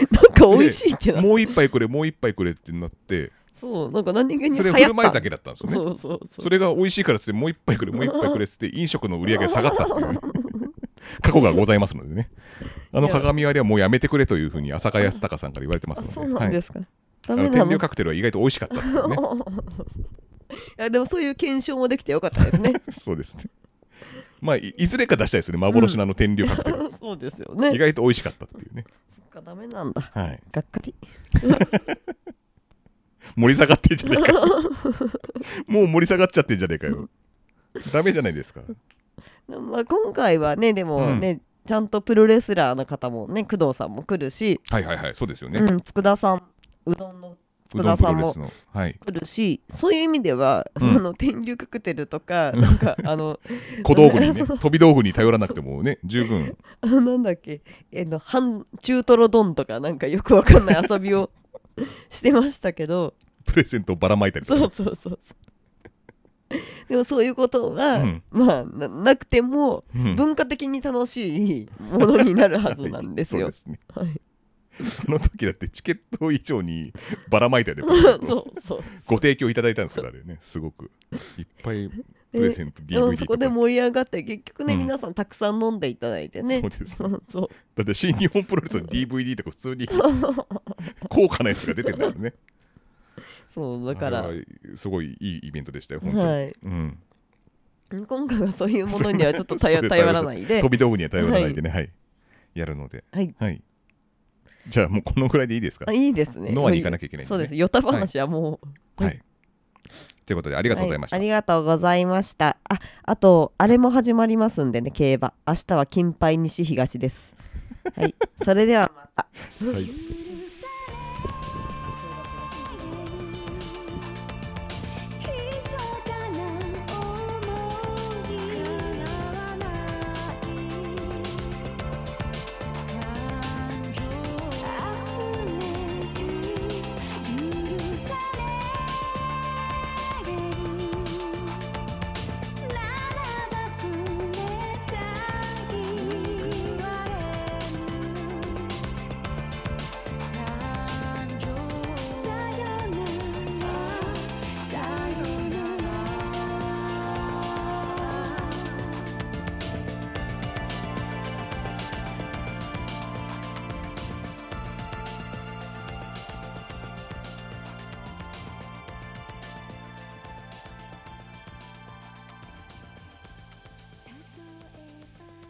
Speaker 2: 美味しいって な
Speaker 1: たもう一杯くれもう一杯くれってなって
Speaker 2: そうなんか何気に
Speaker 1: それ
Speaker 2: 流
Speaker 1: 振
Speaker 2: 行
Speaker 1: る
Speaker 2: っ
Speaker 1: 舞い
Speaker 2: た
Speaker 1: 酒だったんですよね
Speaker 2: そうそうそう
Speaker 1: それが美味しいからっつってもう一杯くれもう一杯くれ っつって飲食の売り上げが下がったっていうね過去がございますのでねあの鏡割りはもうやめてくれというふうに浅香康隆さんから言われてます
Speaker 2: あ
Speaker 1: ので
Speaker 2: そうなんですか、ダ
Speaker 1: はい、あ
Speaker 2: メ
Speaker 1: の
Speaker 2: な
Speaker 1: 天
Speaker 2: の
Speaker 1: 竜カクテルは意外と美味しかったっていうね
Speaker 2: いやでもそういう検証もできてよかったです ね
Speaker 1: そうですねまあいいずれか出したいですね幻のあの天竜カクテル、
Speaker 2: そうですよ
Speaker 1: 意
Speaker 2: ね
Speaker 1: 外と美味しかったっていうね、
Speaker 2: そっかダメなんだ
Speaker 1: はい、
Speaker 2: がっかり
Speaker 1: 盛り下がってんじゃねえか もう盛り下がっちゃってんじゃねえかよダメじゃないですか
Speaker 2: でもまあ今回はねでもね、ちゃんとプロレスラーの方もね工藤さんも来るし、
Speaker 1: はいはいはいそうですよね、
Speaker 2: うん、佃さんうどんの
Speaker 1: うど
Speaker 2: 佃
Speaker 1: んプ
Speaker 2: さ
Speaker 1: ロ
Speaker 2: ん
Speaker 1: レ
Speaker 2: も
Speaker 1: スのはい
Speaker 2: 来るしそういう意味では、
Speaker 1: うん
Speaker 2: あの天竜カクテルとかなんかあの
Speaker 1: 小道具にね飛び道具に頼らなくてもね十分
Speaker 2: あのなんだっけえーの半中トロ丼とかなんかよくわかんない遊びを してましたけど
Speaker 1: プレゼントをばらまいたりとか
Speaker 2: そうそうそうそうでもそういうことが、
Speaker 1: うん
Speaker 2: まあななくても
Speaker 1: うん
Speaker 2: 文化的に楽しいものになるはずなんです
Speaker 1: そう
Speaker 2: よ。
Speaker 1: すね
Speaker 2: はい、
Speaker 1: あの時だってチケット以上にばらまいたよね
Speaker 2: そうそう
Speaker 1: ご提供いただいたんですからあれねすごくいっぱいプ
Speaker 2: で
Speaker 1: レゼント DVD
Speaker 2: で
Speaker 1: と
Speaker 2: も
Speaker 1: か
Speaker 2: そこで盛り上がって結局ね、
Speaker 1: うん
Speaker 2: 皆さんたくさん飲んでいただいてね
Speaker 1: そうです
Speaker 2: そうそう
Speaker 1: だって新日本プロレスの DVD とか普通 に高価なやつが出てんだよね
Speaker 2: そうだから
Speaker 1: あれはすごいいいイベントでしたよ本当に、
Speaker 2: はい
Speaker 1: うん、
Speaker 2: 今回はそういうものにはちょっと頼
Speaker 1: それ
Speaker 2: 頼らないで
Speaker 1: 飛び道具には頼らないでねはい、やるので
Speaker 2: はい
Speaker 1: はいじゃあもうこのぐらいでいいですか
Speaker 2: あいいですね
Speaker 1: ノアに行かなきゃいけないん
Speaker 2: そうです
Speaker 1: ね
Speaker 2: ヨタ話はもう、
Speaker 1: はいということでありがとうございました、
Speaker 2: はありがとうございました。あ、あと、あれも始まりますんでね、競馬。明日は金杯西東です。はい、それではまた。
Speaker 1: は
Speaker 3: 「
Speaker 1: い
Speaker 3: ゆらゆら